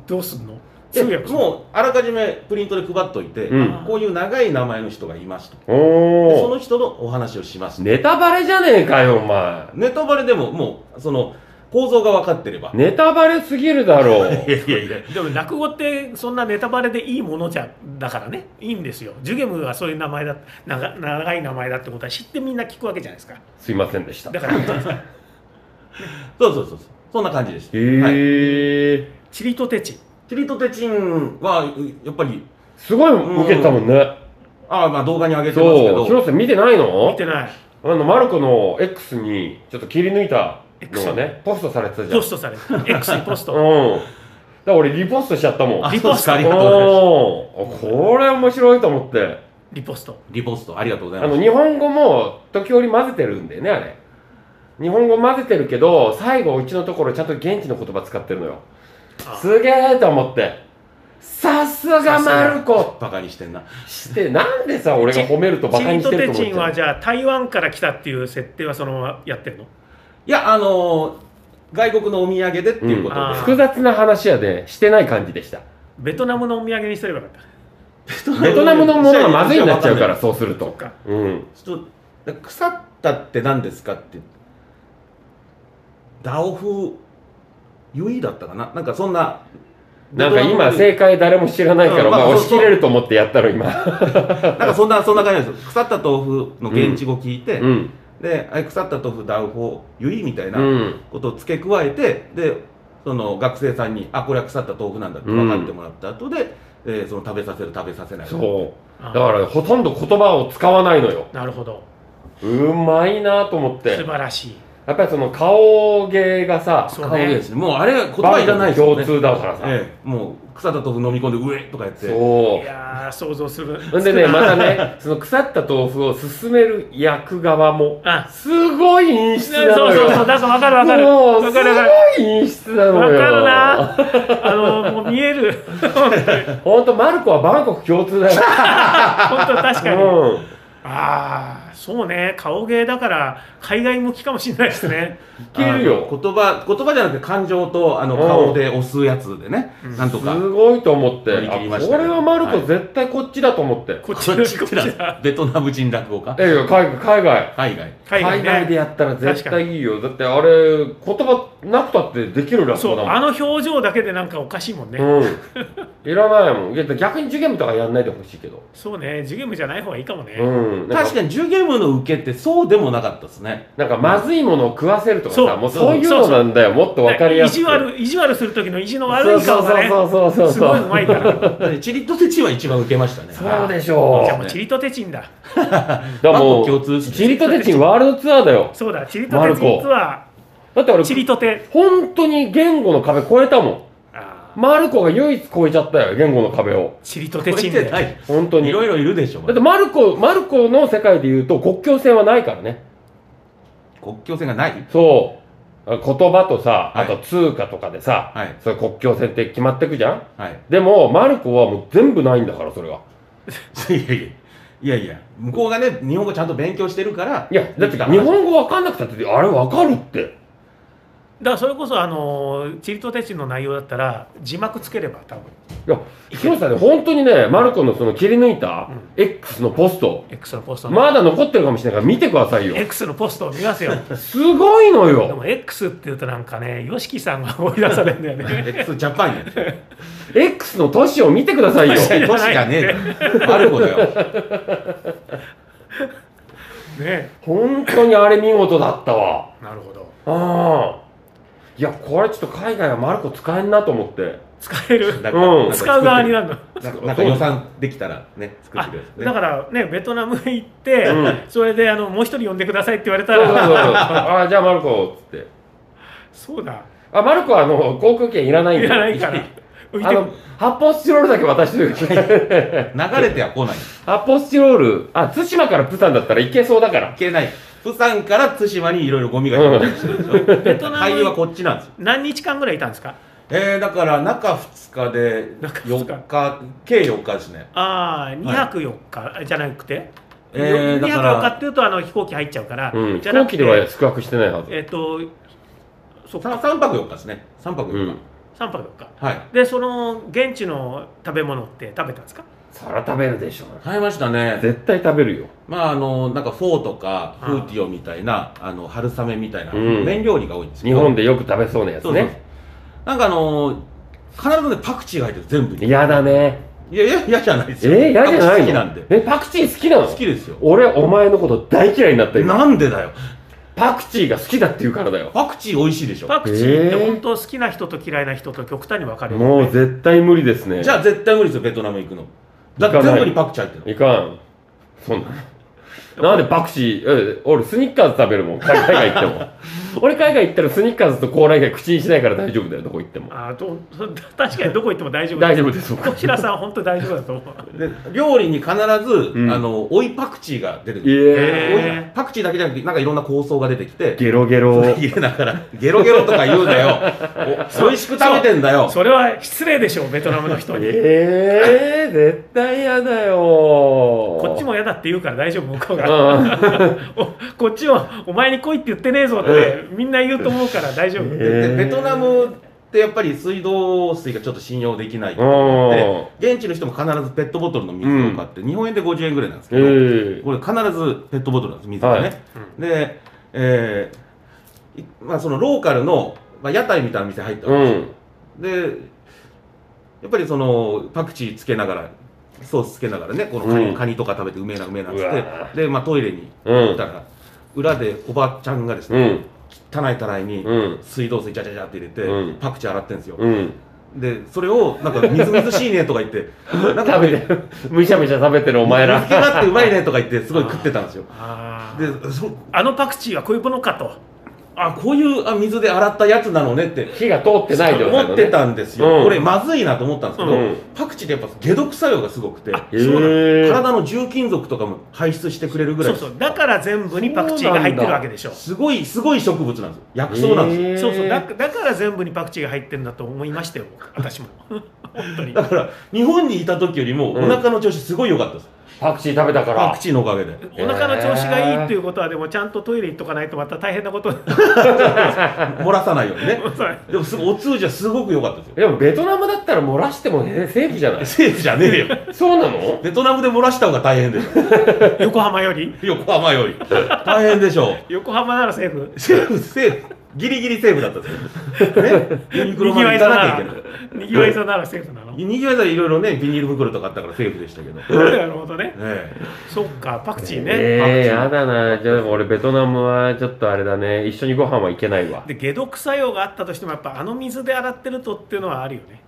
Speaker 3: どうすんの通
Speaker 1: で
Speaker 3: 訳するの
Speaker 1: もうあらかじめプリントで配っといて、
Speaker 2: うん
Speaker 1: こういう長い名前の人がいますとでそ
Speaker 2: おお。
Speaker 1: の人のお話をします
Speaker 2: ネタバレじゃねえかよ、お前。
Speaker 1: ネタバレでももうその構造が分かってれば、
Speaker 2: ネタバレすぎるだ
Speaker 1: いやい
Speaker 2: ろう。
Speaker 1: やいや
Speaker 3: でも落語ってそんなネタバレでいいものじゃだからねいいんですよジュゲームはそういう名前だ長長い名前だってことは知ってみんな聞くわけじゃないですか
Speaker 2: すいませんでした。
Speaker 3: だ
Speaker 2: へ
Speaker 3: から
Speaker 1: そうそうそうそうそんな感じでした、はい、
Speaker 2: え、
Speaker 3: チリとテチ
Speaker 1: チリとテチンはうやっぱり
Speaker 2: すごい受けたもんね。
Speaker 1: あーまあ動画に上げてますけ
Speaker 2: そう。
Speaker 1: ど
Speaker 2: 広瀬見てないの
Speaker 3: 見てない
Speaker 2: あの、マルコの X に、ちょっと切り抜いたのがね、ポストされてたじゃん。
Speaker 3: ポストされて X にポスト
Speaker 2: うん。だから俺リポストしちゃったもん。
Speaker 1: あ
Speaker 3: リ
Speaker 1: そ
Speaker 3: ポ
Speaker 1: うで
Speaker 3: ス
Speaker 1: す
Speaker 3: ト
Speaker 1: かありがとうございます
Speaker 2: おーこれ面白いと思って。
Speaker 3: リポスト
Speaker 1: リポストありがとうござい
Speaker 2: あ
Speaker 1: ます
Speaker 2: の、日本語も時折混ぜてるんだよね、あれ。日本語混ぜてるけど、最後、うちのところちゃんと現地の言葉使ってるのよ
Speaker 3: あ。
Speaker 2: すげえと思って。さすがマルコ
Speaker 1: バカにしてんな
Speaker 2: して、なんでさ、俺が褒めるとバ
Speaker 3: チ
Speaker 2: カ
Speaker 3: リ
Speaker 2: にし
Speaker 3: と
Speaker 2: てる
Speaker 3: テ
Speaker 2: と
Speaker 3: チン
Speaker 2: 思っ
Speaker 3: は
Speaker 2: て。
Speaker 3: じゃあ台湾から来たっていう設定はそのままやってるの
Speaker 1: いやあのー外国のお土産でっていうことで、
Speaker 3: うんあー
Speaker 2: 複雑な話やでしてない感じでした
Speaker 3: ベトナムのお土産にすればよかっ
Speaker 2: ベトナムのものがまずいになっちゃうからそうする
Speaker 3: たそっ
Speaker 2: と
Speaker 3: か
Speaker 2: うん
Speaker 1: ちょっとだ腐ったって何ですかってダオフユイだったかななんかそんな
Speaker 2: なんか今
Speaker 1: ベ
Speaker 2: 正解誰も知らないか
Speaker 1: う
Speaker 2: ら
Speaker 1: んまあ
Speaker 2: まあ
Speaker 1: そう
Speaker 2: 押し切れると思ってやったろ今
Speaker 1: トナムなんかそんなそんな感じなんですよ腐った豆腐の現地語聞いて、
Speaker 2: うん
Speaker 1: であれ腐った豆腐ダオフユイみたいうなんことを付け加えてでその学生さんにあこれは腐った豆腐なんだって分かってもらった後で、えーその食べさせる食べさせない
Speaker 2: そう
Speaker 3: あ
Speaker 2: だ
Speaker 3: ー
Speaker 2: からほとんど言葉を使わないのよ
Speaker 3: なるほど
Speaker 2: うまいなと思って
Speaker 3: 素晴らしい
Speaker 2: やっぱりその顔芸がさ
Speaker 3: そう
Speaker 1: 顔ですねもうあれは言
Speaker 2: バ
Speaker 1: 葉
Speaker 2: ー
Speaker 1: い
Speaker 2: ジョ
Speaker 1: ら
Speaker 2: ン
Speaker 1: ないですよ
Speaker 2: 共
Speaker 1: ね、
Speaker 2: 通だからさ
Speaker 1: ええ、もう腐った豆腐飲み込んで上とかやって
Speaker 2: そう
Speaker 3: いやー想像する
Speaker 2: ほんでね、またね、その腐った豆腐を勧める役側も、
Speaker 3: あ
Speaker 2: すごい陰
Speaker 3: そ
Speaker 2: 湿
Speaker 3: う
Speaker 2: なの
Speaker 3: そう
Speaker 2: よ。
Speaker 3: そうなんかわかるわかる
Speaker 2: もう、
Speaker 3: わ
Speaker 2: す
Speaker 3: か
Speaker 2: ご
Speaker 3: るわかる
Speaker 2: い陰湿なのよ。
Speaker 3: わかるなあのもう見える本当に
Speaker 2: ほんと、マルコはバンコク共通だよ。
Speaker 3: 本当確かに、
Speaker 2: うん。
Speaker 3: ああそうね顔芸だから海外向きかもしれないです ね
Speaker 2: いける
Speaker 1: あ
Speaker 2: よ。
Speaker 1: の言葉言葉じゃなくて感情とあの
Speaker 2: うん
Speaker 1: 顔で押すやつでね、
Speaker 3: うん
Speaker 1: なんとか
Speaker 2: すごいと思って、
Speaker 1: 乗り
Speaker 2: あ
Speaker 1: 切りました
Speaker 2: こ
Speaker 1: ね
Speaker 2: れはマルコ絶対こっちだと思って。
Speaker 3: こっち
Speaker 1: こっちこっち
Speaker 3: こっち
Speaker 1: だベトナム人落語家
Speaker 2: ええよ、海外、
Speaker 1: 海
Speaker 2: 海外。
Speaker 1: 外
Speaker 3: 海外,、ね、
Speaker 2: 海外でやったら絶対いいよ。だってあれ、言葉なくたってできるらしい
Speaker 3: そう
Speaker 2: だもん。
Speaker 3: あの表情だけでなんかおかしいもんね、
Speaker 2: うん。いらないもん。いや逆にジュゲムとかやんないでほしいけど。
Speaker 3: そうねジュゲムじゃない方がいいかもね、
Speaker 2: うん。なんか
Speaker 1: 確かにジュゲームの受けってそうでもなかったです ね
Speaker 2: なんかまずいものを食わせるとか
Speaker 3: そ
Speaker 2: さ、
Speaker 3: う
Speaker 2: もうそういうのなんだよ、もっとわかりやすく。
Speaker 3: 意地悪意地悪する時の意地の悪い顔がね
Speaker 2: そうそうそうそう
Speaker 3: すご
Speaker 2: そ。
Speaker 3: いう上手いから
Speaker 1: だってチリとテチは一番受けましたね
Speaker 2: そうでし
Speaker 3: じゃあ
Speaker 2: ょ
Speaker 3: もうチリとテチンだ
Speaker 2: う。だからも
Speaker 1: バンコク共通
Speaker 2: う、
Speaker 1: して
Speaker 2: チリとテチンワールドツアーだよ。
Speaker 3: そうだチリとテチンツア
Speaker 2: だって
Speaker 3: ーチリ
Speaker 2: 俺、
Speaker 3: とテ
Speaker 2: 本当に言語の壁超えたもん。
Speaker 3: あー
Speaker 2: マルコが唯一超えちゃったよ、言語の壁を。
Speaker 3: チリと
Speaker 1: これ
Speaker 3: テ
Speaker 1: っ
Speaker 3: チン
Speaker 1: てな
Speaker 3: で
Speaker 1: い
Speaker 2: 本当に。
Speaker 1: い
Speaker 2: だ
Speaker 1: ろいろいるでしょ
Speaker 2: ってマルコ、マルコの世界で言うと国境線はないからね。
Speaker 1: 国境線がない
Speaker 2: そう。言葉とさ、
Speaker 1: は
Speaker 2: あ
Speaker 1: い
Speaker 2: と通貨とかでさ、
Speaker 1: はい
Speaker 2: それ国境線って決まってくじゃん
Speaker 1: はい
Speaker 2: でも、マルコはもう全部ないんだから、それが。
Speaker 1: いやいやいやいや向こうがね日本語ちゃんと勉強してるから
Speaker 2: いや、だって日本語わかんなくたって、あれわかるって。
Speaker 3: だからそれこそあのーチリとテチンの内容だったら字幕つければ多分
Speaker 2: いや、広瀬さんね、本当にね、マルコのその切り抜いた
Speaker 3: うん
Speaker 2: X のポスト、
Speaker 3: X のポストの、
Speaker 2: まだ残ってるかもしれないから見てくださいよ。
Speaker 3: X のポストを見ますよ
Speaker 2: すごいの
Speaker 3: で
Speaker 2: よ。
Speaker 3: も X って言うとなんかね YOSHIKI さんが思い出されるんだよ ね
Speaker 1: X ジャパンや
Speaker 2: X の都市を見てく ださいよ。
Speaker 3: 確かに
Speaker 1: 都市じゃねえだあることよ
Speaker 3: ね
Speaker 2: 本当にあれ見事だったわ。
Speaker 3: なるほど
Speaker 2: ああ。いや、これちょっと海外はマルコ使えんなと思って。
Speaker 3: 使える
Speaker 1: だ
Speaker 2: うん
Speaker 3: 使う側になるの
Speaker 1: なんかなんか予算できたらね作ってくれる
Speaker 3: あだからねベトナムへ行って、
Speaker 2: うん
Speaker 3: それであのもう一人呼んでくださいって言われた
Speaker 2: そうそう そう。
Speaker 3: ら
Speaker 2: ああ、じゃあマルコ、つって。
Speaker 3: そうだ
Speaker 2: あ、マルコはあの、航空券いらないん
Speaker 3: い
Speaker 2: で
Speaker 3: らないから浮いて
Speaker 2: あの、発泡スチロールだけ渡してる。
Speaker 1: 流れては来ない
Speaker 2: 発泡スチロール、あ、対馬からプサンだったらいけそうだから
Speaker 1: い。けない釜山から対馬にいろいろゴミが漂着してるでしょ、
Speaker 3: ベトナ
Speaker 1: 俳優は
Speaker 3: ム
Speaker 1: こっちなんですよ
Speaker 3: 何日間ぐらいいたんですか
Speaker 1: えー、だから中2日で
Speaker 3: 中二日
Speaker 1: 4日計4日ですね
Speaker 3: ああ2泊4日、じゃなくて、
Speaker 1: えー
Speaker 3: 2
Speaker 1: だか
Speaker 3: 泊4
Speaker 1: ら
Speaker 3: 日っていうとあの飛行機入っちゃうから、
Speaker 2: うん、
Speaker 3: じ
Speaker 2: 飛
Speaker 3: ゃな
Speaker 2: 行
Speaker 3: くて
Speaker 2: 機では宿泊してないはず。
Speaker 3: えっ、とそっ
Speaker 1: さ
Speaker 3: か
Speaker 1: 3泊4日ですね3泊4日、
Speaker 2: うん。
Speaker 3: 3泊4日
Speaker 1: はい
Speaker 3: でその現地の食べ物って食べたんですか
Speaker 2: そら食べるでしょ。
Speaker 1: 買いましたね
Speaker 2: 絶対食べるよ。
Speaker 1: まああのなんかフォーとかフーティオみたいなあの春雨みたいな、
Speaker 2: うん
Speaker 1: 麺料理が多いんですけ
Speaker 2: 日
Speaker 1: ど
Speaker 2: 本でよく食べそうなやつ
Speaker 1: そうそう
Speaker 2: ね。
Speaker 1: なんかあの必ずねパクチーが入ってる全部にいや
Speaker 2: 嫌だね。
Speaker 1: いや嫌じゃないですよ
Speaker 2: えー、嫌じゃ
Speaker 1: パ
Speaker 2: な
Speaker 1: クチー好き
Speaker 2: いの
Speaker 1: なんで
Speaker 2: え、パクチー好きなの
Speaker 1: 好きですよ
Speaker 2: 俺、お前のこと大嫌いになったよ。
Speaker 1: なんでだよ
Speaker 2: パクチーが好きだって言うからだよ。
Speaker 1: パクチー美味しいでしょ
Speaker 3: パクチーって
Speaker 2: えー
Speaker 3: 本当好きな人と嫌いな人と極端に分かれる
Speaker 2: もう絶対無理ですね。
Speaker 1: じゃあ絶対無理ですよベトナム行くのだって全部にパクチー入ってるの
Speaker 2: いかん。そんな。なんでパクチー、え俺スニッカーズ食べるもん。海外行 っても。俺海外行ったらスニッカーズとコーラ以外口にしないから大丈夫だよ、どこ行っても。
Speaker 3: あーとと確かにどこ行っても大丈夫
Speaker 2: 大丈夫です、僕
Speaker 3: 小平さん本当大丈夫だと思う
Speaker 1: で料理に必ず、
Speaker 2: うん
Speaker 1: あの追いパクチーが出てくる、
Speaker 2: え
Speaker 3: え
Speaker 1: 追いパクチーだけじゃなくてなんかいろんな香草が出てきて
Speaker 2: ゲロゲロ。
Speaker 1: 家だからゲロゲロとか言うなよお美味しく食べてんだよ
Speaker 3: それは失礼でしょうベトナムの人に
Speaker 2: ええー、絶対嫌だよ。
Speaker 3: こっちも嫌だって言うから大丈夫向こうが、
Speaker 2: あ
Speaker 3: おこっちはお前に来いって言ってねえぞってみんな言うと思うから大丈夫、
Speaker 2: え
Speaker 1: で
Speaker 2: へー
Speaker 1: ベトナムってやっぱり水道水がちょっと信用できない
Speaker 2: あー
Speaker 1: 現地の人も必ずペットボトルの水を買って、日本円で50円ぐらいなんですけ
Speaker 2: え
Speaker 1: ど、
Speaker 2: え
Speaker 1: これ必ずペットボトルなんです水がね、
Speaker 2: は
Speaker 1: で、えーいまあ、そのローカルの、まあ、屋台みたいな店入った
Speaker 2: う
Speaker 1: の、
Speaker 2: ん
Speaker 1: でやっぱりそのパクチーつけながらソースつけながらねこのカニ,、
Speaker 2: うん
Speaker 1: カニとか食べてうめえなうめえなっつ
Speaker 2: うわ
Speaker 1: ってで、まあ、トイレに
Speaker 2: う
Speaker 1: 行っ
Speaker 2: ん
Speaker 1: たら、裏でおばちゃんがです
Speaker 2: う
Speaker 1: ね、
Speaker 2: ん
Speaker 1: 汚いたらいに
Speaker 2: うん
Speaker 1: 水道水ジャジャジャって入れて、
Speaker 2: うん
Speaker 1: パクチー洗ってるんですよ、
Speaker 2: うん
Speaker 1: でそれをなんかみずみずしいねとか言って なんか
Speaker 2: 食べてるむしゃむしゃ食べてるお前ら
Speaker 1: 水気があってうまいねとか言ってすごい食ってたんですよ
Speaker 3: あー
Speaker 1: でそ
Speaker 3: あのパクチーはこういうものかと
Speaker 1: あこういうあ水で洗ったやつなのねって
Speaker 2: 火が通ってない状態のね
Speaker 1: 思ってたんですよ、
Speaker 2: うん
Speaker 1: これまずいなと思ったんですけど、
Speaker 2: うん
Speaker 1: パクチーってやっぱ解毒作用がすごくて
Speaker 3: あ
Speaker 2: へえ
Speaker 3: そうな
Speaker 1: 体の重金属とかも排出してくれるぐら
Speaker 3: そ
Speaker 1: いう
Speaker 3: そうだから全部にパクチーが入ってるわけでしょ
Speaker 1: すごいすごい植物なんですよ薬草なんですよ、
Speaker 2: へえ
Speaker 3: そうそうだだから全部にパクチーが入ってるんだと思いましたよ私 も本当に
Speaker 1: だから日本にいた時よりもお
Speaker 2: うん
Speaker 1: 腹の調子すごい良かったです、
Speaker 2: パクチー食べたか
Speaker 1: パ
Speaker 2: ら
Speaker 1: クチーのおかげで
Speaker 3: お腹の調子がいいっていうことはでもちゃんとトイレ行っとかないとまた大変なことに
Speaker 1: 漏らさないようにね
Speaker 3: そう
Speaker 1: でもすごお通じはすごく良かったですよ
Speaker 2: でもベトナムだったら漏らしてもねセーフじゃない
Speaker 1: セーフじゃねえよ
Speaker 2: そうなの
Speaker 1: ベトナムで漏らした方が大変でしょ
Speaker 3: 横浜より
Speaker 1: 横浜より大変でしょう
Speaker 3: 横浜ならセーフ
Speaker 1: セーフセーフギリギリセーフだったんですよねユニクロまで行
Speaker 3: 座
Speaker 1: か
Speaker 3: な
Speaker 1: なきゃいけない
Speaker 3: らにぎわい座ならセーフなの
Speaker 1: にぎわいざいろいろねビニール袋とかあったからセーフでしたけど、え
Speaker 3: なるほどね
Speaker 1: え
Speaker 3: そっかパクチーね、
Speaker 2: ええ
Speaker 3: パク
Speaker 2: や
Speaker 3: チ
Speaker 2: だなじゃあでも俺ベトナムはちょっとあれだね一緒にご飯はいけないわ
Speaker 3: ーで解毒作用があったとしてもやっぱあの水で洗ってるとっていうのはあるよね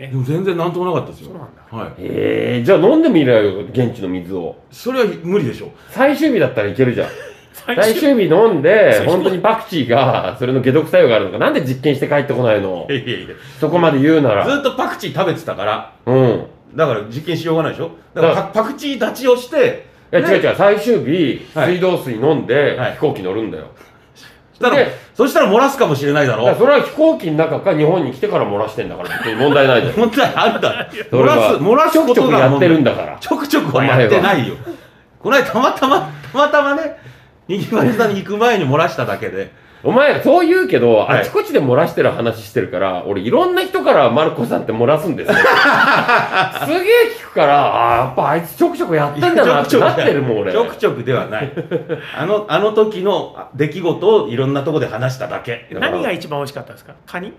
Speaker 3: やっぱりね
Speaker 1: でも全然なんともなかったですよ
Speaker 3: そうなんだ
Speaker 1: はい、
Speaker 2: ええじゃあ飲んでみれよ現地の水を
Speaker 1: それは無理でしょ
Speaker 2: 最終日だったらいけ るじゃん
Speaker 3: 最
Speaker 2: 最
Speaker 3: 終
Speaker 2: 終日飲んで
Speaker 3: 最終日
Speaker 2: 本当にパクチーがそれの解毒作用があるのかなんで実験して帰ってこないの
Speaker 1: いやいやいや
Speaker 2: そこまで言うなら
Speaker 1: ずっとパクチー食べてたから
Speaker 2: うん
Speaker 1: だから実験しようがないでしょだからパパクチー立ちをして
Speaker 2: いや
Speaker 1: ね
Speaker 2: 違う違う最終日
Speaker 1: はい
Speaker 2: 水道水飲んで
Speaker 1: はい
Speaker 2: 飛行機乗るんだよ
Speaker 1: したら
Speaker 2: で
Speaker 1: そしたら漏らすかもしれないだ
Speaker 2: だから
Speaker 1: ろ
Speaker 2: それは飛行機の中か日本に来てから漏らしてんだから別に問題ないじゃん
Speaker 1: 問題あるだろ
Speaker 2: そ
Speaker 1: 漏
Speaker 2: れ
Speaker 1: ら
Speaker 2: は
Speaker 1: す漏らすこ
Speaker 2: ち
Speaker 1: と
Speaker 2: ょくちょく
Speaker 1: が
Speaker 2: やっ
Speaker 1: 問
Speaker 2: て
Speaker 1: 題
Speaker 2: るんだから
Speaker 1: ちょくちょくはやってないよこの間たまたまたまたまねにぎわい座に行く前に漏らしただけで
Speaker 2: お前、そう言うけど、
Speaker 1: はい
Speaker 2: あちこちで漏らしてる話してるから、俺、いろんな人からマルコさんって漏らすん ですよ。すげえ聞くから、あーやっぱあいつちょくちょくやってんだなってなってるもん、俺。
Speaker 1: ちょくちょくではないあのあの時の出来事をいろんなとこで話しただけ
Speaker 3: 日 何が一番美味しかったですかカニ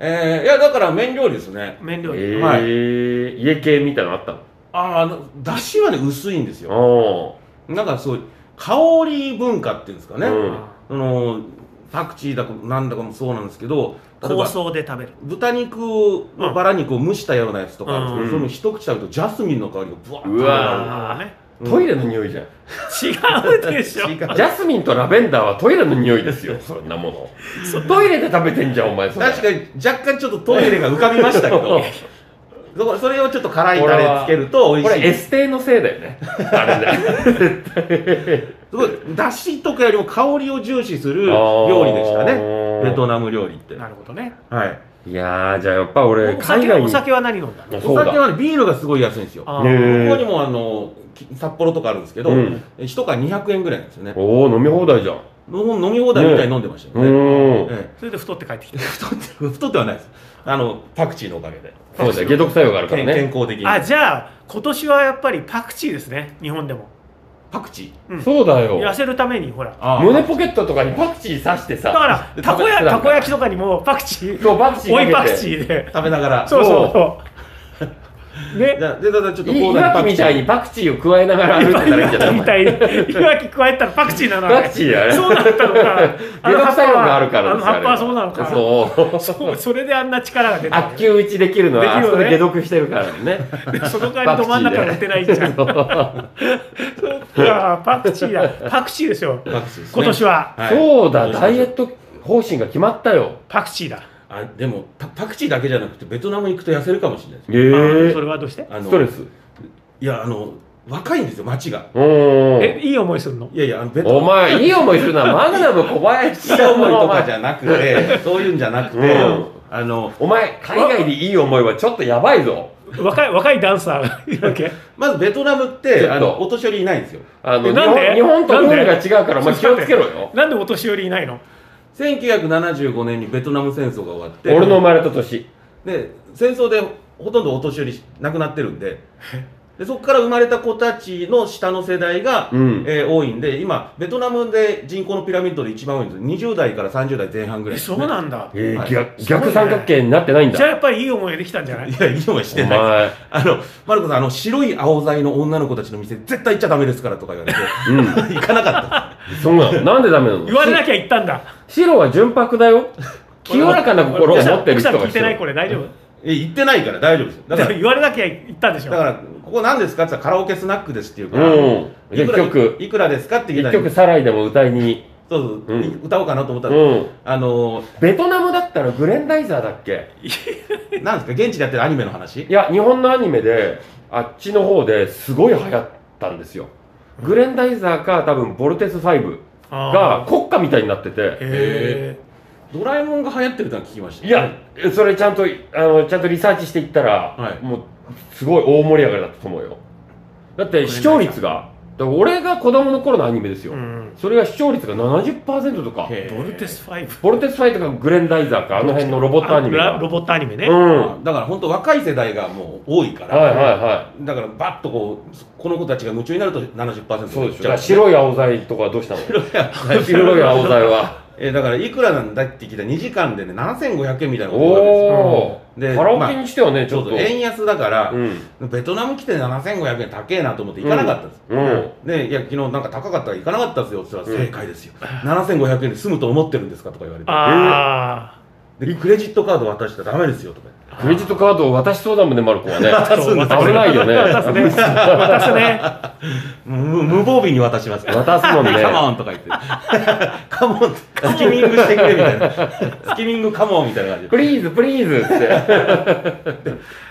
Speaker 1: えー、いやだから麺料理ですね
Speaker 3: 麺
Speaker 2: え
Speaker 3: 料理、
Speaker 2: ー
Speaker 1: はい
Speaker 2: 家系みたいなのあった
Speaker 1: あーあの出汁はね薄いんですよ
Speaker 2: の
Speaker 1: なんかそう香り文化っていうんですかね、
Speaker 2: うん
Speaker 3: あ
Speaker 1: そのパクチーだかなんだかもそうなんですけど
Speaker 3: ー
Speaker 1: 例えば
Speaker 3: 香草で食べる
Speaker 1: 豚肉を、
Speaker 3: うん
Speaker 1: バラ肉を蒸したようなやつとかあるんですけど、
Speaker 2: うん
Speaker 1: その一口食べるとジャスミンの香りがブワーッと
Speaker 2: うわ
Speaker 3: あーね
Speaker 2: うん。トイレの匂いじゃん。
Speaker 3: 違うでしょ
Speaker 1: 違う
Speaker 2: ジャスミンとラベンダーはトイレの匂いで すよ、そんなもの。トイレで食べてんじゃん、お前。それ
Speaker 1: 確かに若干ちょっとトイレが浮かびましたけ どそこそれをちょっと辛いタレつけると美
Speaker 2: こ
Speaker 1: 味し
Speaker 2: れ、エ
Speaker 1: い
Speaker 2: ステのせいだよね。あれね。
Speaker 1: すごいだしとかよりも香りを重視する料理でしたね
Speaker 2: ね
Speaker 1: ベトナム料理って
Speaker 3: なるほどね
Speaker 1: はい
Speaker 2: いやー、じゃあやっぱ俺、
Speaker 3: お
Speaker 2: 海
Speaker 3: 酒
Speaker 2: 外
Speaker 3: は
Speaker 2: に。
Speaker 3: お酒は何飲んだ
Speaker 2: いや
Speaker 3: の
Speaker 1: お
Speaker 2: そうだ
Speaker 1: 酒はねビールがすごい安いんですよこ
Speaker 3: あ
Speaker 2: ね
Speaker 3: ー
Speaker 2: え
Speaker 1: こにもあのき札幌とかあるんですけど、
Speaker 2: うん
Speaker 1: 一缶200円ぐらいなんですよね
Speaker 2: おお飲み放題じゃん。
Speaker 1: 飲み放題みたいに飲んでましたよね
Speaker 2: うん。
Speaker 1: ええ
Speaker 3: それで太って帰ってきた
Speaker 1: 太って 太ってはないですあのパクチーのおかげで
Speaker 2: そうだよ、解毒作用があるから
Speaker 1: 健
Speaker 2: ね。
Speaker 1: 健康的に
Speaker 3: あじゃあ今年はやっぱりパクチーですね日本でも
Speaker 1: パクチー
Speaker 3: うん
Speaker 2: そうだよ。
Speaker 3: 痩せるためにほら
Speaker 1: ああ
Speaker 2: 胸ポケットとかにパクチー刺して
Speaker 3: だ
Speaker 2: さ、
Speaker 3: から
Speaker 2: で
Speaker 3: たこや
Speaker 2: 食べてたんだ
Speaker 3: たこ焼きとかにもパクチー
Speaker 2: そうパクチー
Speaker 3: お
Speaker 2: かけ
Speaker 3: い
Speaker 2: て
Speaker 3: パクチーで
Speaker 1: 食べながら
Speaker 3: そうそう そうね
Speaker 1: じゃあでだからちょっと
Speaker 2: いいわきみたいにパクチーを加えながら歩いてたらいいんじゃない
Speaker 3: みたいにいわき加えたらパクチーなの
Speaker 2: パクチーやね。
Speaker 3: そうだっ たのか
Speaker 2: 解毒作用があるから
Speaker 3: あの葉っぱはそうなのか
Speaker 2: そう。
Speaker 3: そうそれであんな力が出た
Speaker 2: 悪球打ちできるのは、あ
Speaker 3: できるよね
Speaker 2: そこで解毒してるからね。
Speaker 3: でその代わりど真ん中が打てないじゃん
Speaker 2: そう
Speaker 3: そっかパクチーだパクチーですよ
Speaker 1: パクチーですね
Speaker 3: 今年 は
Speaker 1: はい
Speaker 2: そうだ、ダイエット方針が決まったよ。
Speaker 3: パクチーだ
Speaker 1: あでもパパクチーだけじゃなくてベトナム行くと痩せるかもしれないです
Speaker 2: え
Speaker 1: よ
Speaker 2: え
Speaker 3: あそれはどうして
Speaker 1: あの
Speaker 2: ストレス。
Speaker 1: いやあの若いんですよ街が
Speaker 2: うん。
Speaker 3: えいい思いするの
Speaker 1: いやいやあのベ
Speaker 2: お
Speaker 1: トナム
Speaker 2: 前、いい思いするな、マグナム小林
Speaker 1: いい思いとかじ
Speaker 2: ゃ。
Speaker 1: ゃなく てそういうんじゃなくて、
Speaker 2: うん
Speaker 1: あの
Speaker 2: お前、海外でいい思いはちょっとやばいぞ。
Speaker 3: 若い若いダンサーがいるわけ
Speaker 1: まずベトナムっ
Speaker 2: ちょってと
Speaker 1: あのお年寄りいないんですよ
Speaker 2: あの
Speaker 3: え
Speaker 2: 日
Speaker 3: なんで
Speaker 2: 本日本とルールが違うからお前
Speaker 3: ち
Speaker 2: 気
Speaker 3: ょっと待っ
Speaker 2: を
Speaker 3: て
Speaker 2: つけろよ
Speaker 3: なんでお年寄りいないの
Speaker 1: 1975年にベトナム戦争が終わって
Speaker 2: 俺の生まれた年
Speaker 1: で戦争でほとんどお年寄り亡くなってるんででそこから生まれた子たちの下の世代が、
Speaker 2: うん
Speaker 1: えー多いんで今ベトナムで人口のピラミッドで一番多いんです20代から30代前半ぐら
Speaker 3: え
Speaker 1: い
Speaker 3: そう
Speaker 1: ね
Speaker 3: なんだ、
Speaker 2: え
Speaker 1: はい
Speaker 2: ー逆逆三角形になってないん
Speaker 3: じゃあ
Speaker 2: だ
Speaker 3: やっぱりいい思いができたんじゃない
Speaker 1: いやいい思いして
Speaker 2: お
Speaker 1: ない
Speaker 2: 前
Speaker 1: あのマルコさんあの白い青剤の女の子たちの店絶対行っちゃダメですからとか言わ れて
Speaker 2: うん
Speaker 1: 行かなかった
Speaker 2: そうなのなんでダメなの
Speaker 3: 言われなきゃ言ったんだ
Speaker 2: 白は純白 だよ清らかな心を持って
Speaker 3: 奥
Speaker 2: る人
Speaker 3: さん
Speaker 2: が
Speaker 3: 聞いてないこ
Speaker 2: 白
Speaker 3: れ大丈夫
Speaker 1: え行ってないから大丈夫ですよだか
Speaker 3: で
Speaker 1: ら
Speaker 3: も言われなきゃ言ったんでしょ
Speaker 1: だからここ何ですかって言ったらカラオケスナックですっていうから、
Speaker 2: うん
Speaker 1: いく
Speaker 2: 結
Speaker 1: ら
Speaker 2: 局
Speaker 1: いくらですかって言っ
Speaker 2: 結
Speaker 1: たら
Speaker 2: 局サライでも歌いに
Speaker 1: そうそう、
Speaker 2: うん
Speaker 1: 歌おうかなと思った
Speaker 2: う
Speaker 1: ら、
Speaker 2: ん
Speaker 1: あの
Speaker 2: ベトナムだったらグレンダイザーだっけ
Speaker 1: ーなんですか現地でやってるアニメの話
Speaker 2: いや日本のアニメであっちの方ですごい流行ったんですよグレンダイザーか多分ボルテス5が
Speaker 3: あ
Speaker 2: 国歌みたいになって
Speaker 3: ー
Speaker 2: て
Speaker 3: へ
Speaker 1: ドラえもんが流行ってるってのは聞きました
Speaker 2: いやそれちゃんとあのちゃんとリサーチしていったら、
Speaker 1: はい
Speaker 2: もうすごい大盛り上がりだったと思うよだって視聴率がだから俺が子供の頃のアニメです
Speaker 3: え
Speaker 2: よ、
Speaker 3: うん
Speaker 2: それが視聴率が70%とか
Speaker 1: へ
Speaker 3: ボルテス5
Speaker 2: ボルテスファイトかグレンダイザーかあの辺のロボットアニメ
Speaker 3: あ
Speaker 2: が
Speaker 3: ロボットアニメね、
Speaker 2: うんは
Speaker 1: だから本当若い世代がもう多いか
Speaker 2: い
Speaker 1: ら、
Speaker 2: はいは
Speaker 1: だからバッとこうこの子たちが夢中になると70%
Speaker 2: いそうでしょ
Speaker 1: いっ
Speaker 2: だ
Speaker 1: ち
Speaker 2: か
Speaker 1: ゃ
Speaker 2: ら白い青剤とかどうしたの
Speaker 1: 白い
Speaker 2: 白い青剤 は
Speaker 1: えーだからいくらなんだって聞いたら2時間でね7500円みたいな
Speaker 2: お
Speaker 1: ことがあるんですよ
Speaker 2: おー
Speaker 1: で
Speaker 2: カラ
Speaker 1: ま
Speaker 2: オ
Speaker 1: あ
Speaker 2: ケにしてはねち
Speaker 1: ちょ
Speaker 2: ょ
Speaker 1: っ
Speaker 2: っ
Speaker 1: と
Speaker 2: と
Speaker 1: 円安だから
Speaker 2: う、ん
Speaker 1: ベトナム来て7500円高えなと思って行かなかったんです、
Speaker 2: うん
Speaker 1: でいや昨日なんか高かったから行かなかったですよって言ったら、
Speaker 2: うん
Speaker 1: 正解ですよ7500円で済むと思ってるんですかとか言われて
Speaker 3: ああ
Speaker 1: でクレジットカード渡したらダメですよとか
Speaker 2: クレジットカードを渡しそうだもんねマルコはね
Speaker 1: 渡すんです
Speaker 2: 危ないよね
Speaker 3: 渡すね渡すね
Speaker 1: 無無防備に渡しますから
Speaker 2: 渡すもん ね
Speaker 1: カモンとか 言ってカモンってスキミングしてくれみたいなスキミングカモンみたいな感じ
Speaker 2: プリーズプリーズって
Speaker 1: で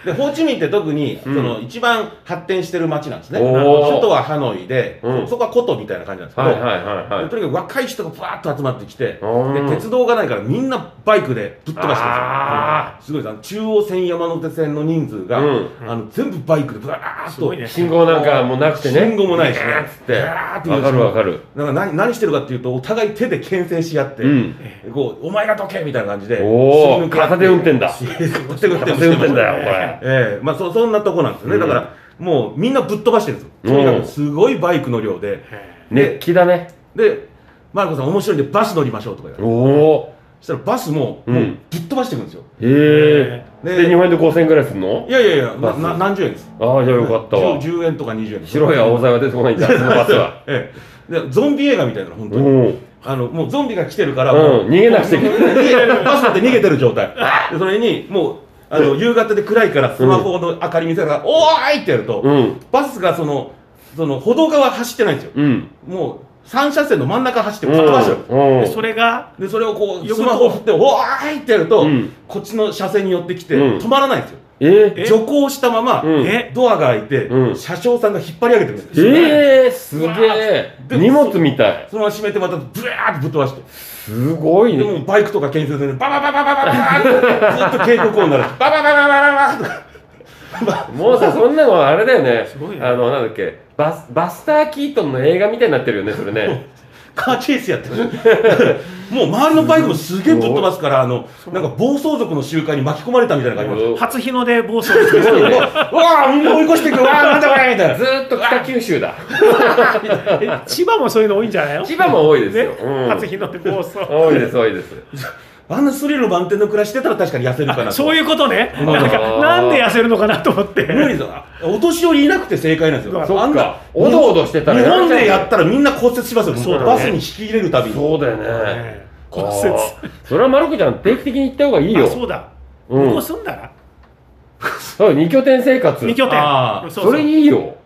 Speaker 1: でホーチミンって特に、
Speaker 2: うん
Speaker 1: その一番発展してる街なんですね
Speaker 2: おー
Speaker 1: 首都はハノイで、
Speaker 2: うん
Speaker 1: そこは古都みたいな感じなんですけど、
Speaker 2: はいはいはいは
Speaker 1: で
Speaker 2: い
Speaker 1: とにかく若い人がバーッと集まってきて、
Speaker 2: うん
Speaker 1: で鉄道がないからみんなバイクでぶっ飛ばして
Speaker 2: あ
Speaker 1: ますよ、うんすごいですあの中央線山手線の人数が、
Speaker 2: うん
Speaker 1: あの全部バイクでブラーッ
Speaker 3: す
Speaker 1: と
Speaker 3: ごいね
Speaker 2: 信号なんかもうなくてね
Speaker 1: 信号もないしね
Speaker 2: ビャーっつって
Speaker 1: ビャーって言
Speaker 2: わ
Speaker 1: う
Speaker 2: かるわかる
Speaker 1: なんか何何してるかっていうとお互い手で牽制し合って、
Speaker 2: うん
Speaker 1: こうお前がどけみたいな感じで
Speaker 2: おー
Speaker 1: すり抜け合って
Speaker 2: 片手運転だ
Speaker 1: すり片手運転
Speaker 2: 片
Speaker 1: も
Speaker 2: 手
Speaker 1: して
Speaker 2: 運
Speaker 1: ま
Speaker 2: 転
Speaker 1: す
Speaker 2: だよこれ
Speaker 1: ええまあそそんなとこなんですよね、
Speaker 2: うん
Speaker 1: だからもうみんなぶっ飛ばしてるんですよとにかくすごいバイクの量で
Speaker 2: 熱気だね
Speaker 1: でマルコさん面白いんでバス乗りましょうとか言われて
Speaker 2: おお
Speaker 1: そしたらバスも
Speaker 2: うん
Speaker 1: もうぶっ飛ばしていくんですよ、
Speaker 2: へえ
Speaker 1: で
Speaker 2: で日本円で5000円ぐらいするの
Speaker 1: いやいやいや、
Speaker 2: バ
Speaker 1: な
Speaker 2: ス
Speaker 1: な何十円です
Speaker 2: ああじゃあよかった
Speaker 1: 10,
Speaker 2: わ
Speaker 1: 10円とか20円です
Speaker 2: 白い青剤は出てこないんだそのバスは
Speaker 1: ええでゾンビ映画みたいなの本当
Speaker 2: う
Speaker 1: に、
Speaker 2: ん
Speaker 1: あのもうゾンビが来てるから、も
Speaker 2: うん逃げなくちゃいけない
Speaker 1: いやいやバスって逃げてる状態 でそれにもうあの夕方で暗いからスマホの明かり見せながら「おーい!」ってやると、
Speaker 2: うん
Speaker 1: バスがそのその歩道側走ってないんですよ
Speaker 2: うん
Speaker 1: もう3車線の真ん中走って
Speaker 2: う
Speaker 1: る片走る、
Speaker 2: ん
Speaker 3: それが
Speaker 1: でそれをこう
Speaker 3: 横
Speaker 1: スマホ振って「おーい!」ってやると、
Speaker 2: うん
Speaker 1: こっちの車線に寄ってきて、
Speaker 2: うん
Speaker 1: 止まらないんですよ
Speaker 2: えー
Speaker 3: え
Speaker 1: 徐行したまま、
Speaker 2: うん
Speaker 3: え
Speaker 1: ドアが開いて、
Speaker 2: うん
Speaker 1: 車掌さんが引っ張り上げてくるんですよ
Speaker 2: えーすげえ
Speaker 1: でも
Speaker 2: 荷物みたい
Speaker 1: そのまま閉めてまたブワーッとぶっ飛ばして
Speaker 2: すごい
Speaker 1: で
Speaker 2: ね
Speaker 1: もバイクとか建設でババババババババーってずっと警告音鳴るババババババババー
Speaker 2: もうさそんなのあれだよね
Speaker 3: すごいね
Speaker 2: あのなんだっけバスバスター・キートンの映画みたいになってるよねそれね
Speaker 1: カーチェイスやってるもう周りのバイクもすげえぶっ飛ばすからあのなんか暴走族の集会に巻き込まれたみたいな感じで
Speaker 2: うん
Speaker 3: 初日の出暴走です ね
Speaker 2: すごいね
Speaker 1: うわあみんな追い越してくるわあなんだこれみたいな
Speaker 2: ずーっと北九州だ
Speaker 3: え千葉もそういうの多いんじゃないの
Speaker 2: 千葉も多いですよ、
Speaker 3: ね
Speaker 2: うん
Speaker 3: 初日の出暴走
Speaker 2: 多いです多いです
Speaker 1: あんなスリル満点の暮らししてたら確かに痩せるかなと
Speaker 3: そういうことねなんか
Speaker 2: うん
Speaker 3: なんで痩せるのかなと思って
Speaker 1: 無理だなお年寄りいなくて正解なんですよ
Speaker 3: そっ
Speaker 2: そ
Speaker 1: あ
Speaker 2: っ
Speaker 1: ん
Speaker 2: か
Speaker 1: な
Speaker 2: おどおどしてたら
Speaker 1: 日本
Speaker 2: めちゃ
Speaker 1: で
Speaker 2: いけない
Speaker 1: やったらみんな骨折しますよ、
Speaker 3: そうだね
Speaker 1: バスに引き入れるたびに。
Speaker 2: そうだよね
Speaker 3: ええ骨折
Speaker 2: あーそれはマルコちゃん定期的に行った方がいいよ
Speaker 3: あそうだ
Speaker 2: うん
Speaker 3: ここ住んだら
Speaker 2: そう二拠点生活
Speaker 3: 二拠
Speaker 1: あ
Speaker 3: 点
Speaker 1: ー
Speaker 3: そう
Speaker 2: そ
Speaker 3: そう
Speaker 2: れいいよ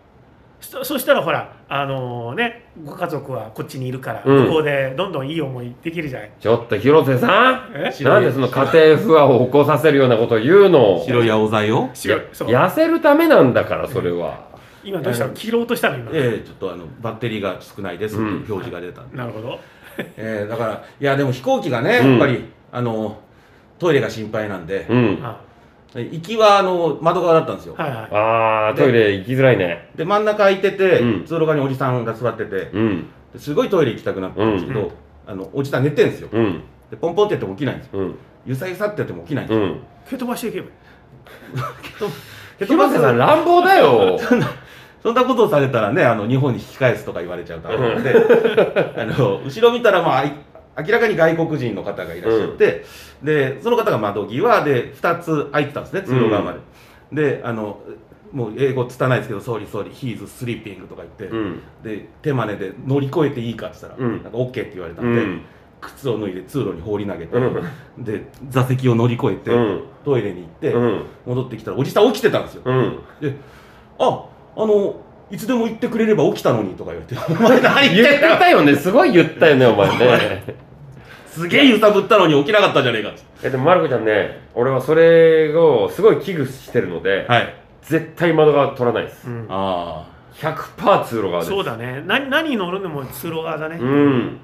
Speaker 3: そそしたらほらあのねご家族はこっちにいるから
Speaker 2: うん
Speaker 3: 向こうでどんどんいい思いできるじゃない
Speaker 2: ちょっと広瀬さん
Speaker 3: え
Speaker 2: なんでその家庭不安を起こさせるようなことを言うの
Speaker 1: 白い青剤を
Speaker 3: 違うそう
Speaker 2: 痩せるためなんだからそれは
Speaker 3: 今どうしたの切ろうとしたの今
Speaker 1: ええちょっとあのバッテリーが少ないですっていう表示が出たんで、
Speaker 3: なるほど
Speaker 1: ええだからいやでも飛行機がね
Speaker 2: うん
Speaker 1: やっぱり、あのトイレが心配なんで、
Speaker 2: うん
Speaker 3: あ
Speaker 1: 行きはあの窓側だったんですよ
Speaker 3: はいはい
Speaker 2: あー、トイレ行きづらいね。
Speaker 1: で真ん中空いてて、
Speaker 2: うん
Speaker 1: 通路側におじさんが座ってて
Speaker 2: うん、
Speaker 1: ですごいトイレ行きたくなったんですけど、
Speaker 3: うん
Speaker 1: あのおじさん寝てんですよ
Speaker 2: うん、
Speaker 1: でポンポンってやっても起きないんですよ
Speaker 2: うん、
Speaker 1: ゆさゆさってやっても起きないんで
Speaker 2: う
Speaker 1: すよ、
Speaker 2: ん。
Speaker 3: 蹴飛ばしていけばいい
Speaker 1: 蹴飛ば
Speaker 2: 広
Speaker 1: せ
Speaker 2: 瀬さ
Speaker 1: ば
Speaker 2: ん乱暴だよ。
Speaker 1: そんなことをされたらねあの日本に引き返すとか言われちゃうとあれなので あの後ろ見たら、まああい、明らかに外国人の方がいらっしゃって、でその方が窓際で2つ空いてたんですね通路側まで、であのもう英語つたないですけど「総理総理 He's sleeping」とか言って、
Speaker 2: うん、
Speaker 1: で手真似で「乗り越えていいか」って言ったら「
Speaker 2: うん
Speaker 1: なんか OK」って言われた
Speaker 2: うん
Speaker 1: で、
Speaker 2: ん、
Speaker 1: 靴を脱いで通路に放り投げて、
Speaker 2: うん、
Speaker 1: で座席を乗り越えて、
Speaker 2: うん、
Speaker 1: トイレに行って、
Speaker 2: うん、
Speaker 1: 戻ってきたらおじさん起きてたんですよ、
Speaker 2: うん。
Speaker 1: ああのいつでも行ってくれれば起きたのにとか言われて 「お前何言
Speaker 2: 言
Speaker 1: って
Speaker 2: って
Speaker 1: んだよ
Speaker 2: たよね、すごい言ったよね、お前ね。
Speaker 1: すげえ揺さぶったのに起きなかったじゃねえか」っつっ
Speaker 2: えでも、まる子ちゃんね、俺はそれをすごい危惧してるので
Speaker 1: て、はい
Speaker 2: 絶対窓側取らないです。
Speaker 3: うん
Speaker 1: あ
Speaker 2: 100%通路側です。
Speaker 3: そうだね何何乗るのも通路側だね、
Speaker 2: うん。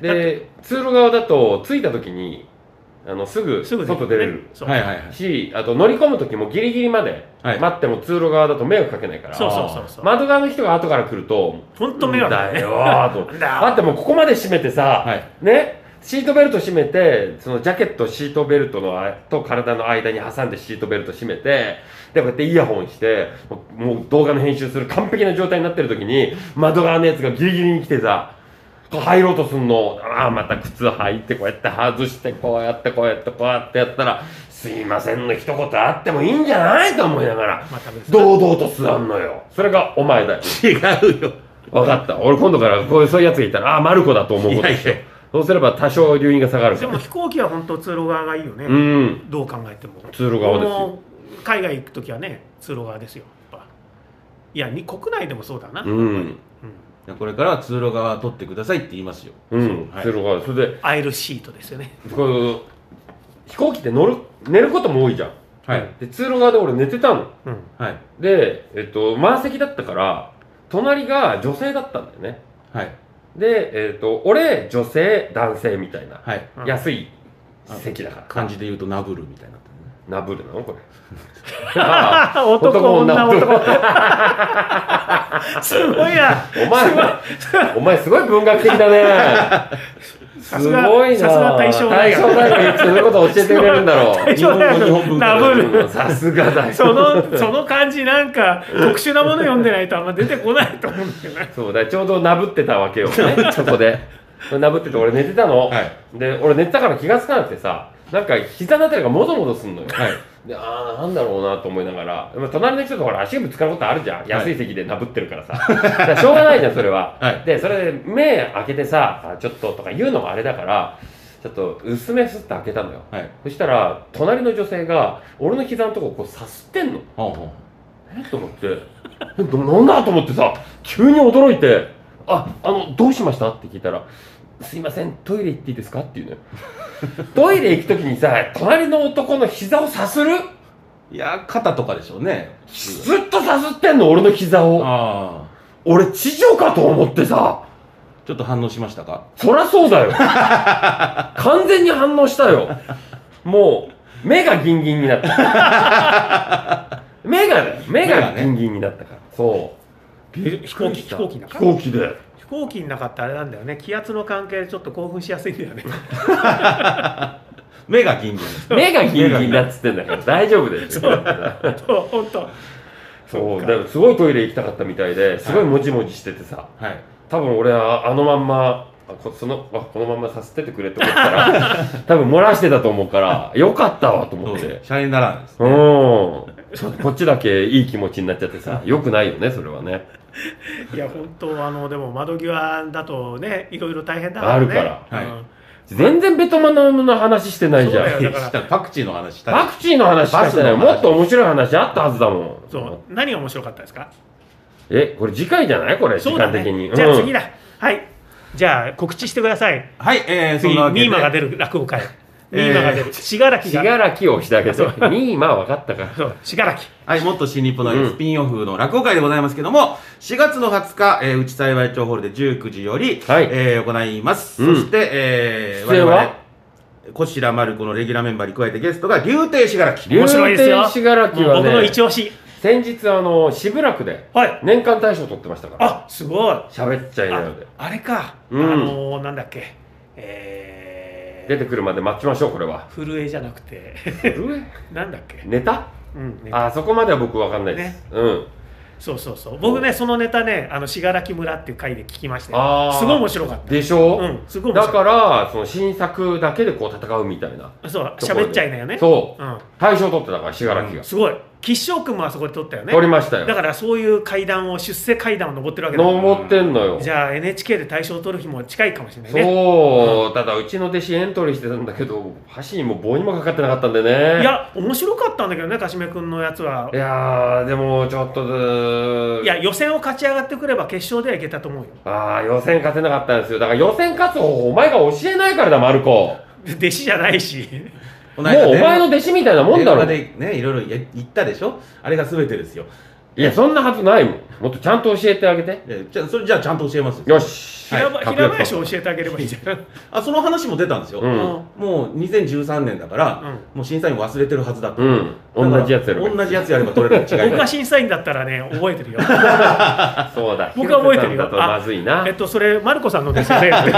Speaker 3: う
Speaker 2: で、通路側だと、着いた時に、あの、すぐ、
Speaker 3: ん、すぐ
Speaker 2: 外出れる。
Speaker 1: あ
Speaker 3: そう,、
Speaker 1: はいはいはい
Speaker 2: し、あと乗り込む時もギリギリまで
Speaker 1: は
Speaker 2: 待
Speaker 1: い
Speaker 2: っても通路側だと迷惑かけないから、
Speaker 3: そうそうそうそう
Speaker 2: 窓側の人が後から来ると、
Speaker 3: 本当迷惑だよ
Speaker 2: だ
Speaker 3: ね
Speaker 2: よーと思っ
Speaker 3: な
Speaker 2: て。
Speaker 3: んだ
Speaker 2: だってもうここまで閉めてさ、
Speaker 1: はい
Speaker 2: ねシートベルト閉めてそのジャケットシートベルトのあと体の間に挟んでシートベルト閉めてでこうやってイヤホンしてもうもう動画の編集する完璧な状態になってる時に窓側のやつがギリギリに来てさこう入ろうとすんのああまた靴履いてこうやって外してこうやってこうやってこうやってやったら「すいません」の一言あってもいいんじゃないと思いながら
Speaker 3: また別
Speaker 2: 堂々と座んのよそれがお前だよ
Speaker 1: 違うよ
Speaker 2: 分かった俺今度からこういうそういうやつがいたらああマルコだと思うことにしよう
Speaker 1: いやい
Speaker 2: そうすれば多少留飲が下がるか
Speaker 3: で
Speaker 2: ら
Speaker 3: も飛行機は本当通路側がいいよね、
Speaker 2: うん
Speaker 3: どう考えても
Speaker 2: 通路側ですよ
Speaker 3: もう海外行く時はね通路側ですよやっぱいやに国内でもそうだな、
Speaker 2: う
Speaker 3: うん
Speaker 2: ん
Speaker 1: いやこれからは通路側取ってくださいって言いますよ
Speaker 2: うん
Speaker 1: はい
Speaker 2: 通路側それで
Speaker 3: アイルシートですよね
Speaker 2: こう飛行機って乗る寝ることも多いじゃん
Speaker 1: はい
Speaker 2: で通路側で俺寝てたの
Speaker 3: うん
Speaker 1: はい
Speaker 2: でえっと満席だったから隣が女性だったんだよね
Speaker 1: はい
Speaker 2: でえっと俺女性男性みたいな
Speaker 1: はい
Speaker 3: うん
Speaker 2: 安い席だから
Speaker 1: 漢字で言うとナブルみたいになってるね
Speaker 2: ナブルなのこれ ああ
Speaker 3: 男女
Speaker 2: 男
Speaker 3: 男すごいな
Speaker 2: お前、お前すごい文学的だね。す
Speaker 3: さすが
Speaker 2: ごいな。
Speaker 3: さすが大正大学
Speaker 2: 大学にそういうこと教えてくれるんだろ
Speaker 3: 大正大学
Speaker 1: 日本文化
Speaker 3: ナブル
Speaker 2: う。さすが大
Speaker 3: そ
Speaker 2: 正。
Speaker 3: のその感じなんか特殊なもの読んでないとあんま出てこないと思うんだよね
Speaker 2: そうだ、ちょうどなぶってたわけ よね、そこで。なぶってて俺寝てたの。
Speaker 1: はい
Speaker 2: で、俺寝てたから気がつかなくてさ、なんか膝のあたりがもぞもぞすんのよ。
Speaker 1: はい
Speaker 2: で、ああ、なんだろうなと思いながら、まあ隣の人とほら足ぶつかることあるじゃん。安い席でなぶってるからさ。だからしょうがないじゃん、それは。
Speaker 1: はい
Speaker 2: でそれで目開けてさあちょっととか言うのもあれだからちょっと薄めすって開けたのよ
Speaker 1: はい
Speaker 2: そしたら隣の女性が俺の膝のとこをこうさすってんの
Speaker 1: ほうほう
Speaker 2: えと思ってえどなんだと思ってさ急に驚いて「ああのどうしました?」って聞いたら「すいませんトイレ行っていいですか?」って言うのよトイレ行く時にさ隣の男の膝をさする
Speaker 1: いや肩とかでしょうね
Speaker 2: ずっとさすってんの俺の膝を
Speaker 1: ああ
Speaker 2: 俺地上かと思ってさ
Speaker 1: ちょっと反応しましたか
Speaker 2: そらそうだよ 完全に反応したよもう目がギンギンになった目がね
Speaker 1: 目
Speaker 2: 目
Speaker 1: が
Speaker 2: が
Speaker 1: ね
Speaker 2: ギンギンになったから、そう
Speaker 3: び飛行機飛行機だ
Speaker 2: 飛
Speaker 3: から
Speaker 2: 行機で
Speaker 3: 飛行機の中ってあれなんだよね気圧の関係でちょっと興奮しやすいんだよ ね
Speaker 1: 目がギンギンです
Speaker 2: 目がギンギンだっつってんだから大丈 夫ですよ
Speaker 3: そう本当
Speaker 2: そ
Speaker 3: そっ
Speaker 2: うだ
Speaker 3: か
Speaker 2: からすごいトイレ行きたかったみたいですごいもじもじしててさ
Speaker 1: はい
Speaker 2: 多分俺はあのまんまあこそのあこのまんまさせててくれって思った ら多分漏らしてたと思うからよかったわと
Speaker 1: そう
Speaker 2: 思っ
Speaker 1: ですね
Speaker 2: て
Speaker 1: シャレにならんです
Speaker 2: うん。ちょっとこっちだけいい気持ちになっちゃってさ、よくないよね、それはね。
Speaker 3: いや本当あのでも窓際だとねいろいろ大変だ
Speaker 2: あるから
Speaker 1: はい
Speaker 3: うん
Speaker 2: 全然ベトナムの話してないじゃ
Speaker 3: そ
Speaker 2: ん
Speaker 3: う。だよだ
Speaker 1: したパクチーの話した
Speaker 2: パクチーの話しかしてない。
Speaker 1: バスの
Speaker 2: も
Speaker 1: 話
Speaker 2: っと面白い話あったはずだもん。
Speaker 3: そう何が面白かったですか
Speaker 2: え、これ次回じゃないこれ、時
Speaker 3: そうだ
Speaker 2: 間的に。
Speaker 3: ねじゃあ次
Speaker 2: だ。
Speaker 3: だはいじゃあ告知してください
Speaker 1: はいえーそ
Speaker 3: 次ミ
Speaker 1: んなわけで
Speaker 3: ーマが出る落語会
Speaker 1: え
Speaker 3: ミ
Speaker 1: ー
Speaker 3: ーマが出る信楽
Speaker 2: 信
Speaker 3: が
Speaker 2: 楽をしてあげて。2位、まあ分かったから。
Speaker 3: そう信楽
Speaker 1: はい、もっと新日本
Speaker 2: う
Speaker 1: の
Speaker 2: ん
Speaker 1: スピンオフの落語会でございますけども、4月の20日、えー、内幸町ホールで19時より、
Speaker 2: はい
Speaker 1: えー行います。
Speaker 2: うん
Speaker 1: そして、えー、
Speaker 2: 出演は
Speaker 1: 我々こちらまるこのレギュラーメンバーに加えてゲストが竜亭しがらき
Speaker 2: 竜
Speaker 3: 面白いですよ
Speaker 2: 亭信楽
Speaker 3: もう
Speaker 2: は
Speaker 3: 僕の
Speaker 2: ね
Speaker 3: 一押し
Speaker 2: 先日あの渋楽で
Speaker 3: はい
Speaker 2: 年間大賞取ってましたから
Speaker 3: あすごいあ
Speaker 2: 喋っちゃいなよで
Speaker 3: あれか、
Speaker 2: うん
Speaker 3: あのーなんだっけえ
Speaker 2: 出
Speaker 3: ー、
Speaker 2: てくるまで待ちましょうこ れは
Speaker 3: 震えじゃなくて なんだっけ、
Speaker 2: ネタ
Speaker 3: うんね
Speaker 2: あそこまでは僕わかんないです、うん
Speaker 3: そうそうそう僕ねそのネタね「あの信楽村」っていう回で聞きました
Speaker 2: あ
Speaker 3: よ
Speaker 2: ー
Speaker 3: すごい面白かった
Speaker 2: でしょ、
Speaker 3: うんすごい面
Speaker 2: だ
Speaker 3: 白かっ
Speaker 2: からその新作だけでこう戦うみたいな
Speaker 3: たそう
Speaker 2: ところで
Speaker 3: 喋っちゃいなよね
Speaker 2: そう
Speaker 3: うん
Speaker 2: 大賞取ってたから信楽が、
Speaker 3: すごい吉祥君もあそこで撮ったよね
Speaker 2: 取りましたよ
Speaker 3: だからそういう階段を出世階段を登ってるわけだ
Speaker 2: 登ってんのよ
Speaker 3: じゃあ NHK で大賞を取る日も近いかもしれないね
Speaker 2: そう、ただうちの弟子エントリーしてたんだけど箸にも棒にもかかってなかったんでね
Speaker 3: いや面白かったんだけどねかしめ君のやつはい
Speaker 2: やーでもちょっとずー
Speaker 3: いや予選を勝ち上がってくれば決勝ではいけたと思うよ
Speaker 2: ああ予選勝てなかったんですよだから予選勝つ方法お前が教えないからだマルコ
Speaker 3: 弟子じゃないし
Speaker 1: こ
Speaker 2: もうお前の弟子みたいなもんだ
Speaker 1: 電話
Speaker 2: ろ
Speaker 1: でねいろいろや言ったでしょあれが全てですよ
Speaker 2: いやそんなはずないもんもっとちゃんと教えてあげて
Speaker 1: えじゃあそれじゃあちゃんと教えます
Speaker 2: よし
Speaker 3: 平ば
Speaker 2: はい
Speaker 3: 平林を教えてあげればいいじゃん、
Speaker 1: あその話も出たんですよ、
Speaker 2: う
Speaker 3: うんん
Speaker 1: もう2013年だから、
Speaker 3: うん
Speaker 1: もう審査員忘れてるはずだと、
Speaker 2: うん同じやつ
Speaker 1: だ
Speaker 2: や
Speaker 1: から
Speaker 2: ろ
Speaker 1: 同じやつやれば取れる違い
Speaker 3: 僕
Speaker 1: な
Speaker 3: が
Speaker 1: い
Speaker 3: 審査員だったらね覚えてるよ
Speaker 2: そうだ
Speaker 3: 僕は覚えてるよ
Speaker 2: 広瀬さんだとまずいな
Speaker 3: えっとそれマルコさんのですよねって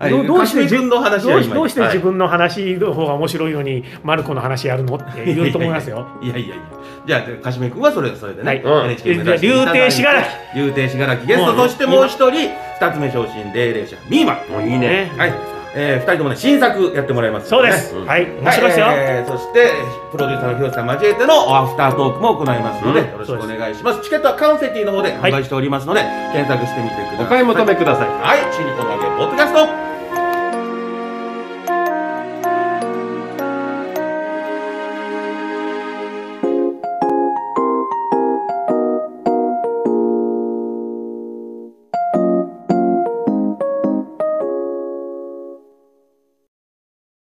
Speaker 1: はい
Speaker 3: どうどうして
Speaker 1: 勝手に自分の話
Speaker 3: ど
Speaker 1: は
Speaker 3: う
Speaker 1: 今
Speaker 3: どうして自分の話の方が面白いのに、マルコの話やるのって言うと思いますよ。
Speaker 1: いやいやいやじゃあかしめ君はそれそれでね、
Speaker 3: はい
Speaker 2: うん
Speaker 1: NHK 目指していただいて
Speaker 3: 竜亭信楽
Speaker 1: 竜亭信楽ゲスト
Speaker 3: もう
Speaker 1: としてもう一人二つ目昇進霊霊者ミーマ
Speaker 2: もういいね
Speaker 1: はい、えー、二人ともね新作やってもらいます
Speaker 3: そうで
Speaker 1: ね
Speaker 3: す。
Speaker 2: うん
Speaker 3: はい、面白いですよ。
Speaker 1: はえーそしてプロデューサーの広瀬さん交えてのアフタートークも行いますので、
Speaker 2: うん
Speaker 1: よろしくお願いしますチケットはカウンセティの方で販売しておりますので、検索してみてください
Speaker 2: お買い求めください
Speaker 1: はい、チリコの揚げポッドキャスト